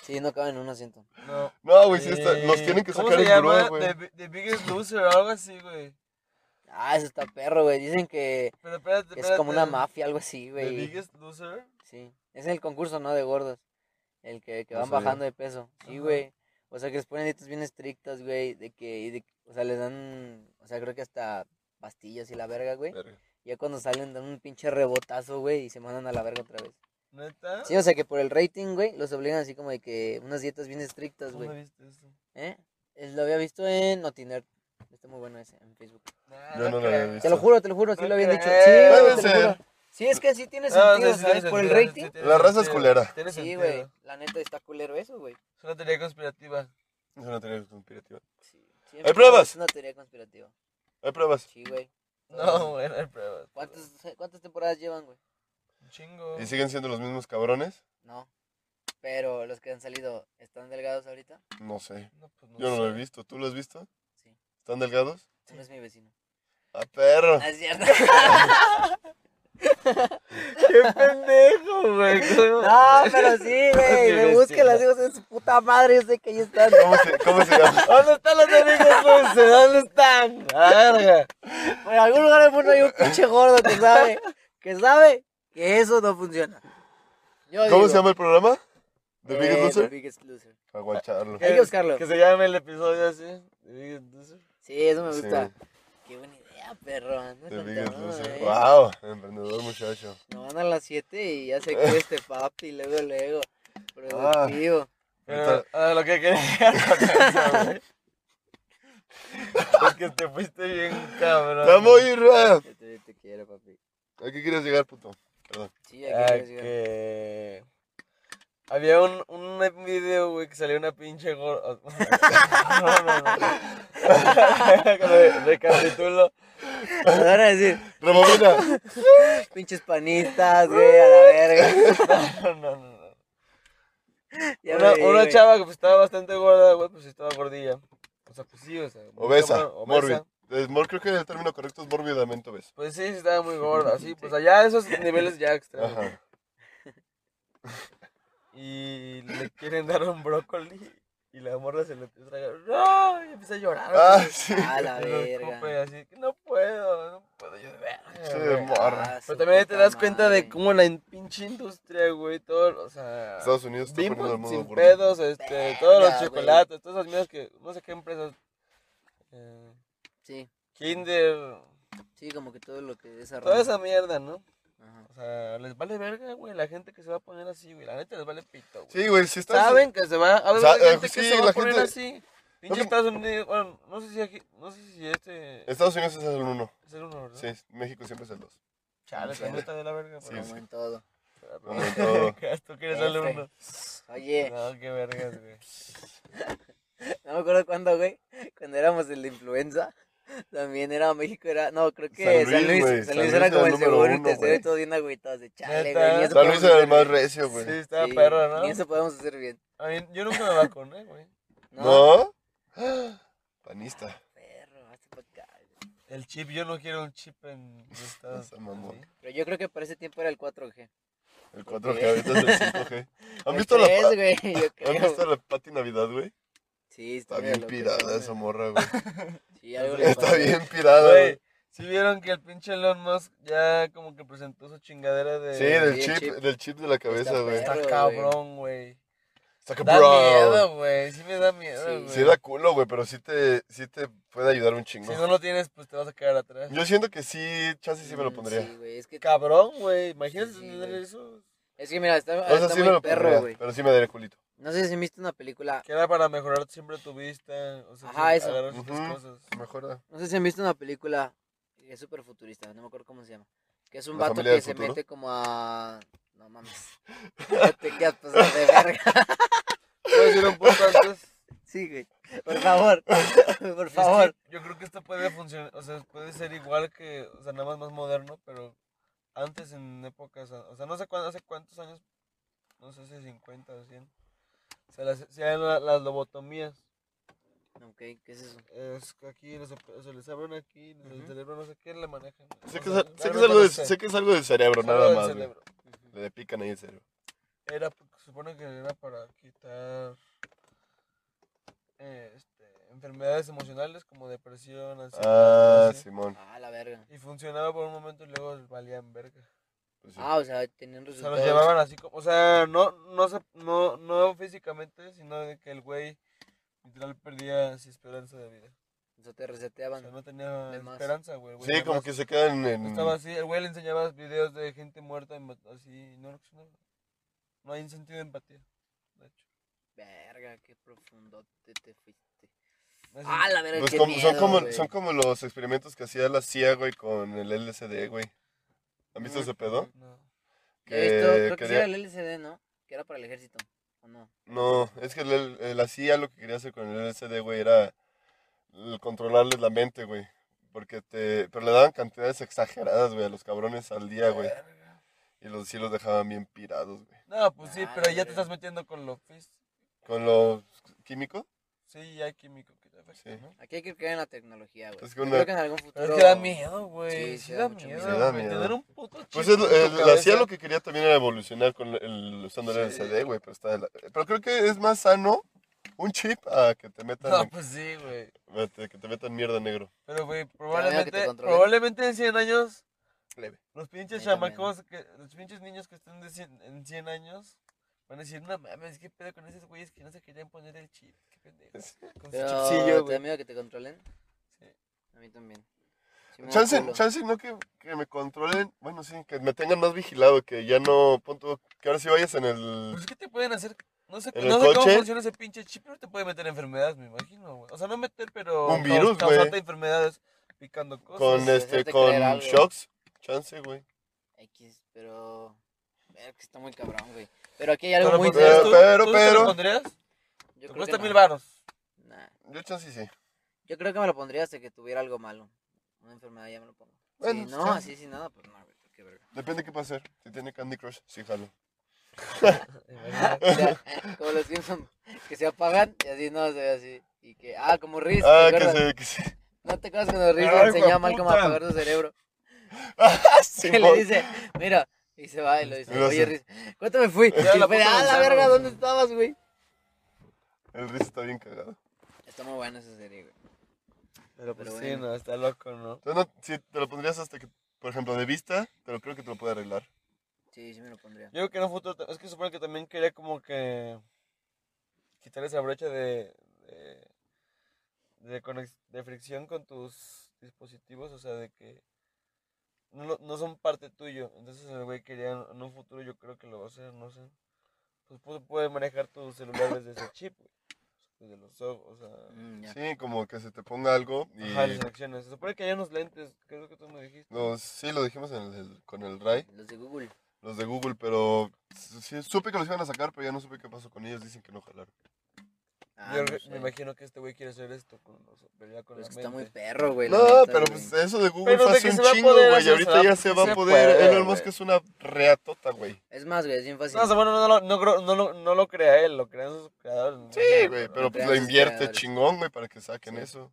S3: Sí, no caben en un asiento.
S2: No.
S1: No, güey, sí está. Los
S2: Eh,
S1: tienen que
S2: ¿cómo
S1: sacar
S2: se
S1: el
S2: llama?
S1: grúa, güey.
S2: The, Bi- The Biggest Loser o algo así, güey.
S3: Ah, eso está perro, güey. Dicen que
S2: Pero espérate,
S3: que
S2: espérate.
S3: es como una mafia, algo así,
S2: The
S3: güey.
S2: Biggest Loser.
S3: Sí. Es el concurso, ¿no? De gordos. El que, que
S1: No
S3: van
S1: sabía.
S3: bajando de peso. Sí,
S2: Ajá.
S3: güey. O sea, que les ponen dietas bien estrictas, güey. De que, y de- o sea, les dan, o sea, creo que hasta pastillas y la verga, güey.
S1: Verga.
S3: Ya cuando salen dan un pinche rebotazo, güey, y se mandan a la verga otra vez.
S2: ¿Neta?
S3: Sí, o sea que por el rating, güey, los obligan así como de que unas dietas bien estrictas,
S2: ¿Dónde
S3: güey.
S2: viste eso?
S3: ¿Eh? Es- Lo había visto en Notiner. Está muy bueno ese, en Facebook.
S2: Nah,
S1: Yo no lo
S2: creo.
S1: había visto.
S3: Te lo juro, te lo juro, sí
S2: No
S3: lo habían dicho. Sí,
S2: creo.
S3: güey,
S1: Puede
S3: te lo juro.
S1: ser.
S3: Sí, es que sí tiene
S2: Ah, sí,
S3: sentido,
S2: sí,
S3: ¿sabes?
S2: tiene
S3: Por el
S2: sentido, sí,
S3: rating.
S2: tiene
S1: La raza es
S2: sentido.
S1: culera.
S2: Tiene
S3: Sí,
S2: sentido.
S3: güey. La neta está culero eso, güey.
S2: Es una teoría conspirativa.
S1: Es una teoría conspirativa.
S3: Sí, siempre
S1: pruebas?
S3: Es una teoría conspirativa.
S1: Hay pruebas.
S3: Sí, güey.
S2: No, güey, no hay pruebas.
S3: ¿Cuántas, ¿Cuántas temporadas llevan, güey?
S2: Un chingo.
S1: ¿Y siguen siendo los mismos cabrones?
S3: No. Pero los que han salido, ¿están delgados ahorita?
S1: No sé.
S2: No, pues no
S1: Yo no lo he
S2: sé.
S1: visto. ¿Tú lo has visto?
S3: Sí.
S1: ¿Están delgados?
S3: Uno es mi vecino.
S1: ¡A perro!
S3: Ah, es cierto.
S2: ¡Qué pendejo, güey! ¿Cómo?
S3: no, pero sí, güey.
S2: Mi
S3: Me busquen
S2: vecino.
S3: las hijos de su puta madre. Yo sé que ahí están.
S1: ¿Cómo se, cómo se llama?
S2: ¿Dónde están los amigos dulces? ¿Dónde están? A verga.
S3: Por algún lugar del mundo hay un pinche gordo que sabe. Que sabe que eso no funciona. Yo
S1: ¿Cómo
S3: digo,
S1: se llama el programa? ¿The
S3: eh,
S1: Biggest
S3: The
S1: Loser?
S3: Biggest Loser.
S1: Aguacharlo.
S3: Hay que buscarlo.
S2: Que se llame el episodio así. The Biggest Loser.
S3: Sí, eso me
S1: Sí.
S3: gusta. Qué buena idea, perro. No
S1: The
S3: tanta
S1: Biggest
S3: mamada,
S1: Loser.
S3: eh.
S1: ¡Wow! Emprendedor muchacho.
S3: Nos van a las 7 y ya se queda este papi, luego, luego.
S1: Ah.
S3: Productivo.
S2: Pero a lo que quería llegar con eso, güey. Es que te fuiste bien, cabrón.
S1: ¡Vamos, Irra!
S3: Yo te, te quiero, papi.
S1: ¿A qué quieres llegar, puto?
S3: Sí,
S2: Ah,
S3: aquí okay.
S2: que... Había un, un video, güey, que salió una pinche gorda. No, no, no. Re- Recapitulo.
S3: Me van a decir,
S1: ¡Rebobina!
S3: pinches panistas, güey, a la verga.
S2: No, no, no. no.
S3: Ya
S2: una,
S3: me di,
S2: una
S3: güey.
S2: chava que pues, estaba bastante gorda, güey, pues estaba gordilla. O sea, pues sí, o sea. muy
S1: Obesa.
S2: cabrón,
S1: Mórbida. Es mor- Creo que el término correcto es mórbidamente obeso.
S2: Pues sí, sí estaba muy gorda, sí. Pues allá esos niveles ya extremos.
S1: Ajá.
S2: Y le quieren dar un brócoli y la morra se lo empieza a tragar. ¡No! Y empieza a llorar.
S1: ¡Ah,
S2: güey.
S1: sí!
S3: A la
S2: Y lo escupe
S3: verga.
S2: así, que no puedo, no puedo yo de verga,
S1: Sí,
S2: güey.
S1: mo- Barra.
S3: Ah, su
S2: Pero también te
S3: puta
S2: das cuenta de
S3: madre.
S2: cómo la in- pinche industria, güey, todo, o sea,
S1: Estados Unidos está
S2: Bimbo
S1: poniendo al mundo
S2: sin
S1: gordo.
S2: pedos, este, todos
S3: Verga,
S2: los
S3: güey.
S2: chocolates, todas esas mierdas que, no sé qué empresas, eh,
S3: Sí,
S2: Kinder,
S3: sí, como que todo lo que desarrolla.
S2: toda esa mierda, ¿no?
S3: Ajá.
S2: O sea, les vale verga, güey, la gente que se va a poner así, güey, la neta les vale pito, güey.
S1: Sí, güey, sí está.
S2: Saben que se va a haber
S1: Sa- eh,
S2: gente que
S1: sí,
S2: se va
S1: la
S2: a poner
S1: gente-
S2: así. Pinche
S1: que-
S2: Estados Unidos, bueno, no sé si aquí, no sé si este
S1: Estados Unidos es el uno.
S2: es el uno, ¿verdad?
S1: Sí, México siempre es el dos.
S2: Chale, también está Ah, de la verga,
S1: Sí,
S2: pero
S3: Como en todo.
S1: Como en todo.
S2: Tú quieres
S3: F.
S2: darle uno.
S3: Oye,
S2: No, qué vergas, güey.
S3: no me acuerdo cuándo, güey. Cuando éramos el de influenza. También era México, era. No, creo que
S1: San
S3: San
S1: Luis,
S3: Luis. San Luis,
S1: güey, San Luis
S3: era
S1: era el
S3: como el
S1: número
S3: segundo, el
S1: uno,
S3: tercero
S1: güey.
S3: y todo bien agüitados de chale,
S2: Neta.
S3: güey. ni eso
S1: San
S3: podemos
S1: Luis era el
S3: hacer
S1: más
S3: bien.
S1: recio, güey.
S2: Sí, estaba
S3: Sí,
S2: perro, ¿no?
S3: Ni eso podemos hacer bien.
S2: A mí, yo nunca me vacuné, güey.
S1: ¿No? Panista.
S3: Perro, hazte pa' acá, güey.
S2: El chip, yo no quiero un chip en los Estados
S1: Esa mamón.
S2: Unidos.
S3: Pero yo creo que para ese tiempo era el 4G.
S1: El 4G, ahorita es el 5G. ¿Han
S3: El
S1: visto la,
S3: tres,
S1: pa-
S3: güey, yo creo.
S1: ¿han visto la Pati Navidad, güey?
S3: Sí,
S1: Está
S3: está
S1: bien
S3: loco,
S1: pirada
S3: güey.
S1: esa morra, güey.
S3: Sí, algo le
S1: Está
S3: pasó.
S1: bien pirada,
S2: Güey,
S1: güey.
S2: ¿sí vieron que el pinche Elon Musk ya como que presentó su chingadera de...
S1: Sí, del
S3: Sí, el
S1: chip,
S3: chip.
S1: del chip de la cabeza,
S3: Está
S1: güey.
S3: perro.
S2: Está cabrón, güey.
S1: Está que
S2: Da
S1: bro.
S2: miedo, güey. Sí me da miedo,
S3: Sí.
S2: güey.
S1: Sí da culo, güey, pero sí te, sí te puede ayudar un chingo.
S2: Si no lo tienes, pues te vas a quedar atrás.
S1: Yo siento que sí, chance sí me lo
S3: Mm,
S1: pondría.
S3: Sí, güey, es que,
S2: Cabrón, güey. Imagínate
S3: Sí,
S2: tener
S3: güey.
S2: eso.
S3: es que mira, está,
S1: O sea,
S3: está
S1: sí me
S3: muy
S1: lo
S3: perro,
S1: pondría,
S3: güey.
S1: pero sí me daría culito.
S3: No sé si viste una película,
S2: Que era para mejorar siempre tu vista. O sea,
S3: Ajá, eso.
S2: agarrar ciertas
S1: Ujú.
S2: cosas.
S1: Mejora.
S3: no sé si han visto una película que es súper futurista, no me acuerdo cómo se llama. Que es un
S1: ¿La
S3: vato
S1: familia
S3: que
S1: del
S3: se
S1: futuro?
S3: mete como a... No mames. Ya te quedas pasado de verga.
S2: ¿Puedo decir un punto antes?
S3: Sí, güey. Por favor. Por
S2: Es que
S3: favor.
S2: yo creo que esto puede funcionar, o sea, puede ser igual que, o sea, nada más más moderno, pero antes en épocas, o sea, no sé cuándo, hace cuántos años, no sé si 50 o 100, se las- se hacían la- las lobotomías.
S3: Ok, ¿qué es eso?
S2: Es que aquí les, op- se les abren aquí, les- el
S3: Ujú.
S2: cerebro no sé qué le manejan.
S1: Sé
S2: O
S1: que, es,
S2: sea,
S1: sé que es
S2: realmente
S1: algo
S2: no
S1: de-
S2: sé.
S1: sé que es algo del cerebro,
S2: Es algo
S1: nada
S2: del
S1: más, güey.
S2: cerebro.
S3: Ujú.
S1: Le pican ahí el cerebro.
S2: Era, porque se supone que era para quitar eh, este, enfermedades emocionales como depresión, ansiedad.
S1: Ah,
S2: cosas así.
S1: Simón.
S3: Ah, la verga.
S2: Y funcionaba por un momento y luego valían verga.
S1: Pues sí.
S3: Ah, o sea, tenían
S2: O sea, los
S3: resultados.
S2: llevaban así como, o sea, no, no, se- no, no físicamente, sino de que el güey literal perdía su esperanza de vida.
S3: Eso te
S2: O sea,
S3: reseteaban.
S2: no tenía
S3: de más.
S2: esperanza, güey. el güey
S1: Sí,
S2: nada
S1: como
S2: más Pues
S1: que se quedan en.
S2: Estaba así, el güey le enseñaba videos de gente muerta, en bat- así, no reaccionaba. No hay sentido de empatía, de hecho.
S3: Verga, qué profundo te, fuiste.
S2: No hay
S3: Ah, la verga,
S1: Pues
S3: qué
S1: como- son,
S3: miedo,
S1: como,
S3: güey.
S1: son como los experimentos que hacía la CIA, güey, con el LSD, güey. ¿Han visto ese pedo?
S2: sentido- no.
S3: Ya he visto, creo que sí
S1: quería-
S3: era el LCD, ¿no? Que era para el ejército, ¿o no?
S1: No, es que el- el- la CIA lo que quería hacer con el LSD, güey, era el controlarles la mente, güey. Porque te... Pero le daban cantidades exageradas, güey, a los cabrones al día, güey.
S2: Verga.
S1: Y los sí los dejaban bien pirados, güey.
S2: No, pues sí,
S3: Ah,
S2: pero
S3: la
S2: ya te
S3: verga.
S2: estás metiendo con lo fis-
S1: Con los químicos.
S2: Sí, ya hay químico que te afecta,
S1: Sí.
S2: ¿no?
S3: Aquí hay que creer en la tecnología, güey.
S1: Es que
S3: Yo
S1: una-
S3: Creo que en algún futuro...
S2: Pero es que da miedo,
S3: Sí,
S2: güey. Sí,
S3: sí da
S2: da,
S3: mucho
S2: miedo.
S3: miedo.
S1: Sí da
S2: güey.
S1: miedo.
S2: Tener un puto
S1: Pues
S2: chip
S1: el,
S2: en tu
S1: el- la
S2: cabeza.
S1: CIA lo que quería también era evolucionar con el, usando el
S2: Sí.
S1: LSD, güey, pero está de la- Pero creo que es más sano un chip a que te metan,
S2: No, pues sí, güey.
S1: que te metan mierda negro.
S2: Pero, güey,
S3: miedo que te
S2: probablemente,
S3: controlen.
S2: probablemente en 100 años,
S1: Leve.
S2: los pinches
S3: Ahí también.
S2: chamacos, que, los pinches niños que estén de 100 en 100 años, van a decir, no mames, qué pedo con esos güeyes que no se querían poner el chip. Qué pendejo.
S1: Sí.
S2: Con su
S3: Pero,
S2: chipsillo,
S3: ¿Te da
S2: güey.
S3: miedo que te controlen?
S2: Sí.
S3: A mí también. Sí me da
S1: Chance,
S3: culo.
S1: chance no que, que me controlen, bueno, sí, que me tengan más vigilado, que ya no, punto, que ahora sí vayas en el...
S2: Pues, ¿qué te pueden hacer? No sé,
S1: ¿En el
S2: no sé cómo
S1: coche?
S2: funciona ese pinche chip, pero te puede meter enfermedades, me imagino, güey. O sea, no meter, pero...
S1: Un
S2: caus-
S1: virus, güey.
S2: causarte enfermedades picando cosas.
S1: Con,
S3: hacerte
S1: este,
S3: creer
S1: con
S3: algo.
S1: shocks, chance, güey.
S3: X, pero... Verga, que está muy cabrón, güey. Pero aquí hay algo
S2: Pero,
S3: muy...
S1: pues,
S2: pondrías tú?
S1: pero,
S2: ¿Tú te lo
S1: pero-
S2: pondrías?
S3: Yo
S2: Te
S3: creo
S2: cuesta
S3: que
S2: mil
S3: no.
S2: varos.
S3: Nah.
S1: Yo chance sí.
S3: Yo creo que me lo pondría hasta que tuviera algo malo. Una enfermedad ya me lo pongo.
S1: Bueno,
S3: si no,
S1: sí.
S3: así sin nada, pues no, güey. Qué verga.
S1: Depende qué pase. Si tiene Candy Crush, sí, jalo.
S3: Ah, O sea, como los Simpsons, que se apagan y así no, se ve así. Y que, ah, como Riz,
S1: Ah,
S3: ¿te
S1: que
S3: acuerdas?
S1: se... Que se...
S3: No te acuerdas cuando Riz le
S2: Ay,
S3: enseñaba a Mal cómo
S2: hijueputa.
S3: apagar su cerebro.
S1: Ah,
S3: Que le
S1: Simón.
S3: dice, mira, y se va y lo dice,
S1: Lo
S3: oye
S1: hace.
S3: Riz, ¿cuánto me fui?
S2: Ya
S3: Y
S2: la
S3: fue,
S2: puta
S3: ah, la
S2: manzana,
S3: verga,
S2: güey.
S3: ¿dónde estabas, güey?
S1: El Riz está bien cagado.
S3: Está muy buena esa serie, güey.
S2: Pero
S3: pues
S2: pues
S3: sí,
S2: sí, no, está loco, ¿no?
S1: Entonces, no, si te lo pondrías hasta que, por ejemplo, de vista, pero creo que te lo puede arreglar.
S3: Sí, sí me lo pondría.
S2: Yo creo que en un futuro, ta- es que supongo que también quería como que quitar esa brecha de, de, de, conex- de fricción con tus dispositivos, o sea, de que no, lo- no son parte tuyo. Entonces el güey quería, en un futuro yo creo que lo va a hacer, no sé. Pues pu- puede manejar tu celular desde ese chip, güey. Desde los ojos, o sea...
S3: Mm, ya.
S1: Sí, como que se te ponga algo y...
S2: Ajá, las acciones. Se supone que hay unos lentes, creo que tú me dijiste.
S1: Los, sí, lo dijimos en el- con el Ray,
S3: Los de Google.
S1: los de Google, pero sí, supe que los iban a sacar, pero ya no supe qué pasó con ellos. Dicen que no jalaron.
S3: Ah,
S2: Yo
S3: no
S2: re-
S3: sé.
S2: me imagino que este güey quiere hacer esto con los, pero ya con
S3: Pero
S2: la
S3: es que está muy
S2: mente.
S3: perro, güey. la
S1: No,
S3: neta,
S1: pero
S3: güey.
S2: eh.
S1: pues eso de Google
S2: Pero
S1: fue
S2: de
S1: hace
S2: que
S1: un
S2: se va a
S1: chingo,
S2: poder
S1: güey. Y
S2: hacer, se
S1: ahorita
S2: va-
S1: ya se va
S2: se
S1: a poder.
S2: puede,
S1: Elon Musk
S2: güey.
S1: es una reatota, güey.
S3: Es más, güey, es bien fácil.
S2: No, o sea, bueno, no lo, no, creo- no, lo- no lo crea él, lo crean sus creadores. me
S1: Sí,
S2: imagino,
S1: güey,
S2: ¿no?
S1: pero pues
S3: Crean
S1: lo
S3: sus
S1: invierte
S3: creadores.
S1: chingón, güey, para que saquen
S3: Sí.
S1: eso.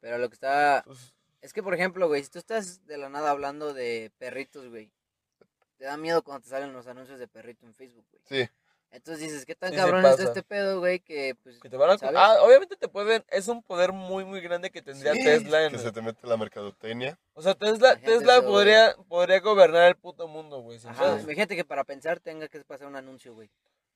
S3: Pero lo que está.
S2: Pues,
S3: Es que, por ejemplo, güey, si tú estás de la nada hablando de perritos, güey, te da miedo cuando te salen los anuncios de perrito en Facebook, güey.
S1: Sí.
S3: Entonces dices, ¿qué tan
S2: Sí, sí
S3: cabrón está
S2: pasa.
S3: este pedo, güey? Que pues.
S2: que te van a-
S3: ¿Sabes?
S2: Ah, obviamente te pueden. Es un poder muy, muy grande que tendría
S1: Sí,
S2: Tesla. En
S1: Que
S2: el-
S1: se te mete la mercadotecnia.
S2: O sea, Tesla,
S3: Imagínate
S2: Tesla
S3: eso,
S2: podría, podría gobernar el puto mundo, güey. sin
S3: Ajá,
S2: pedos.
S3: imagínate que para pensar tenga que pasar un anuncio, güey.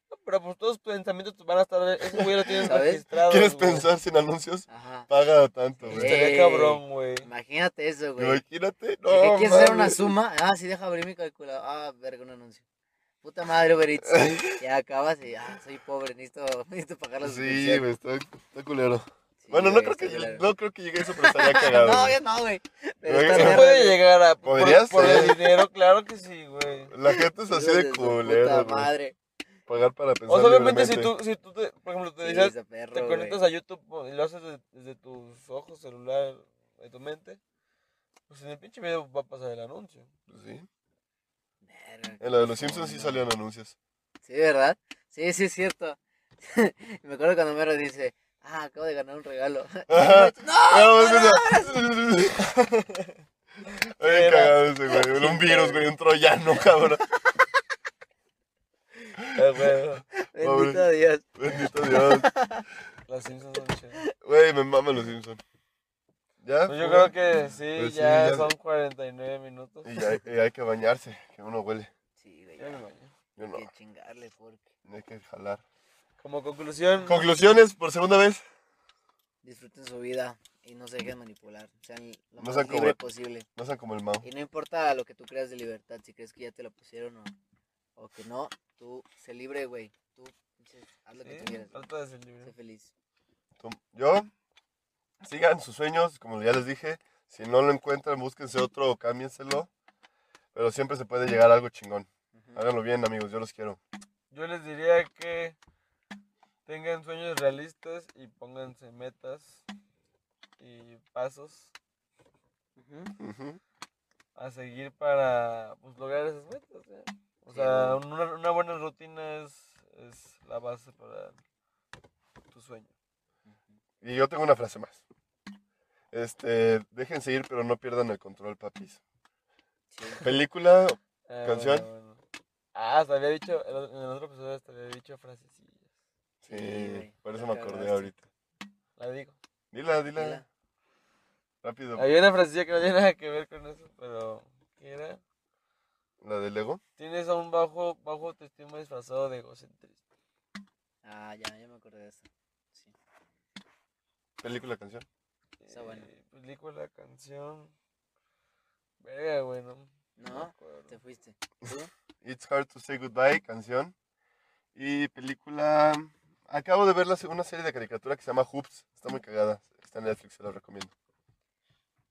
S2: No, pero pues todos tus pensamientos van a estar. Ese güey lo tienes
S3: ¿Sabes?
S2: registrado.
S1: ¿Quieres
S2: Ah, güey.
S1: pensar sin anuncios?
S3: Ajá.
S1: Paga tanto, güey.
S3: Sí.
S2: Estaría cabrón, güey.
S3: Imagínate eso, güey.
S1: Imagínate.
S3: ¿Y que
S1: No,
S3: quieres hacer una
S1: mames.
S3: suma? Ah, sí, deja abrir mi calculadora. Ah, verga, un anuncio. Puta madre, Uber Eats. Ya acabas y, ah, soy pobre, necesito, necesito pagar la
S1: Sí,
S3: suscripción.
S1: güey, está, está culero.
S3: Sí,
S1: bueno, no
S3: güey,
S1: creo, que,
S3: está culero.
S1: no creo que llegue eso, pero estaría cagado.
S3: No,
S1: güey.
S3: ya no, güey. Pero
S1: Güey,
S3: está
S2: Sí
S1: Pero-
S3: perro,
S2: puede
S3: güey.
S2: llegar a. por-
S1: Podría
S2: por el
S1: ser.
S2: dinero, claro que sí, güey.
S1: La gente es así
S3: Hijos
S1: de
S3: su
S1: culera,
S3: puta
S1: güey.
S3: madre.
S1: Pagar para pensar.
S2: O sea, obviamente, si
S1: libremente.
S2: tú, si tú te, por ejemplo, te
S3: Sí,
S2: decías,
S3: está perro,
S2: te
S3: güey.
S2: conectas a YouTube po- y lo haces de- desde tus ojos, celular, de tu mente, pues en el pinche video va a pasar el anuncio.
S1: Sí.
S3: Verga,
S1: En la de
S3: qué
S1: los Simpsons sí
S3: onda.
S1: salían anuncios.
S3: Sí, ¿verdad? Sí, sí, es cierto. me acuerdo cuando Mero dice, ah, acabo de ganar un regalo.
S2: Ah,
S1: Ajá.
S3: ¡No!
S1: No, no, Ay,
S2: Era.
S1: cagado ese, güey. Un virus, güey, un troyano, cabrón.
S2: Eh,
S3: Bendito Dios.
S1: Bendito Dios.
S2: Las Simpsons son chidas.
S1: Güey, me maman los Simpsons. ¿Ya?
S2: Pues yo creo que sí,
S1: Pues sí,
S2: ya,
S1: ya.
S2: son 49 minutos.
S1: Y hay, y hay que bañarse, que uno huele.
S3: Sí, güey,
S2: Ya me
S3: ya,
S2: bañé.
S1: Yo no,
S3: hay que chingarle porque
S1: hay que jalar.
S2: Como conclusión,
S1: Conclusiones por segunda vez.
S3: disfruten su vida y no se dejen manipular. Sean lo
S1: No
S3: más
S1: sean como-
S3: libre posible.
S1: No sean como el Mao.
S3: Y no importa lo que tú creas de libertad, si crees que ya te la pusieron o, o que no, tú sé libre, güey. Tú pinches, haz lo que tú
S2: Sí,
S3: quieras. güey.
S2: trata de ser libre.
S3: Sé feliz.
S1: Tom- Yo, sigan sus sueños, como ya les dije. Si no lo encuentran, búsquense otro o cámbienselo. Pero siempre se puede llegar a algo chingón.
S3: Ujú.
S1: Háganlo bien, amigos, yo los quiero.
S2: Yo les diría que tengan sueños realistas y pónganse metas y pasos
S3: Ujú.
S1: Ujú.
S2: a seguir para pues, lograr esas metas. ¿eh? O
S3: Sí,
S2: sea, una, una buena rutina es, es la base para tu sueño.
S1: Y yo tengo una frase más. Este, déjense ir, pero no pierdan el control, papis.
S3: Sí.
S1: Película,
S2: Ah,
S1: ¿Canción?
S2: bueno, bueno. Ah, hasta había dicho, en el- en el otro episodio hasta había dicho frasecillas.
S1: sí,
S3: Sí, güey,
S1: por eso
S3: la
S1: me acordé
S3: cagaste.
S1: ahorita.
S2: La digo.
S1: Dila, dila,
S3: Dila.
S1: rápido.
S2: Había una frasecilla que no tiene nada que ver con eso, pero ¿qué era?
S1: ¿La del ego?
S2: Tienes a un bajo, bajo autoestima disfrazado de egocentrismo.
S3: Ah, ya, ya me acordé de eso. Sí.
S1: Película, canción.
S3: Está bueno.
S2: Eh, Película, canción. Verga, güey, no. me
S3: No,
S2: acuerdo.
S3: te fuiste. ¿Tú?
S1: It's Hard to Say Goodbye, canción. Y película. Acabo de ver la se- una serie de caricatura que se llama Hoops. Está muy cagada. Está en Netflix, se la recomiendo.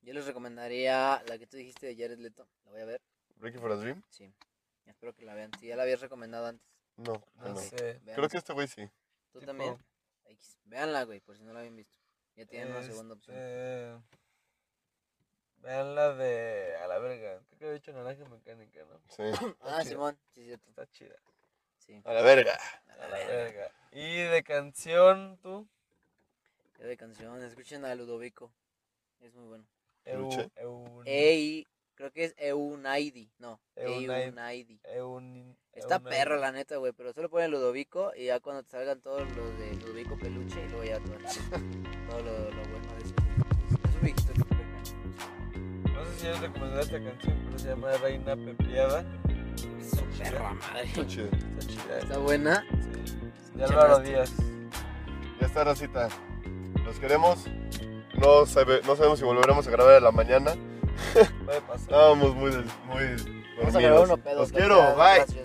S3: Yo les recomendaría la que tú dijiste de Jared Leto. La voy a ver.
S1: Breaking for a Dream.
S3: Sí. Espero que la vean. Si ya la habías recomendado antes.
S1: No, creo que
S3: Ah,
S2: No
S1: no.
S2: sé.
S3: véanla.
S1: Creo que este güey sí.
S3: Tú
S2: tipo-
S3: también. X. Véanla, güey, por si no la habían visto. Ya tienen una
S2: Este,
S3: segunda opción.
S2: Vean la de. A la verga. Creo que había dicho naranja mecánica, ¿no?
S1: Sí.
S3: Ah,
S2: chida.
S3: Simón. Sí, cierto.
S2: Está chida.
S3: Sí.
S1: A la verga.
S3: A
S2: A
S3: la
S2: la
S3: verga.
S2: verga. Y de canción, tú.
S3: Ya de canción. Escuchen a Ludovico. Es muy bueno.
S2: Eu-
S1: Luche.
S2: Eun-
S3: Ey. Creo que es Eunaidi. No.
S2: Eunaid-
S3: Eunaidi.
S2: Eunin-
S3: Está
S2: Eunaid.
S3: perro, la neta, güey. Pero solo ponen Ludovico y ya cuando te salgan todos los de Ludovico Peluche y luego ya todo, todo lo, lo bueno de eso. Es un viejito que fue acá.
S2: No sé si ya les recomendé esta canción, pero se llama Reina Pepeada.
S3: Su perra madre.
S1: Qué chido.
S2: Está chida.
S3: Está buena.
S2: Sí. De
S3: Muchas
S2: Álvaro Díaz.
S3: gracias.
S1: Ya está, racita. Los queremos. No, sabe- no sabemos si volveremos a grabar a la mañana.
S2: Puede pasar.
S1: Estábamos muy, des- muy
S3: Vamos a grabar
S1: dormidos.
S3: uno pedo.
S1: Los quiero. Bye.
S3: Gracias.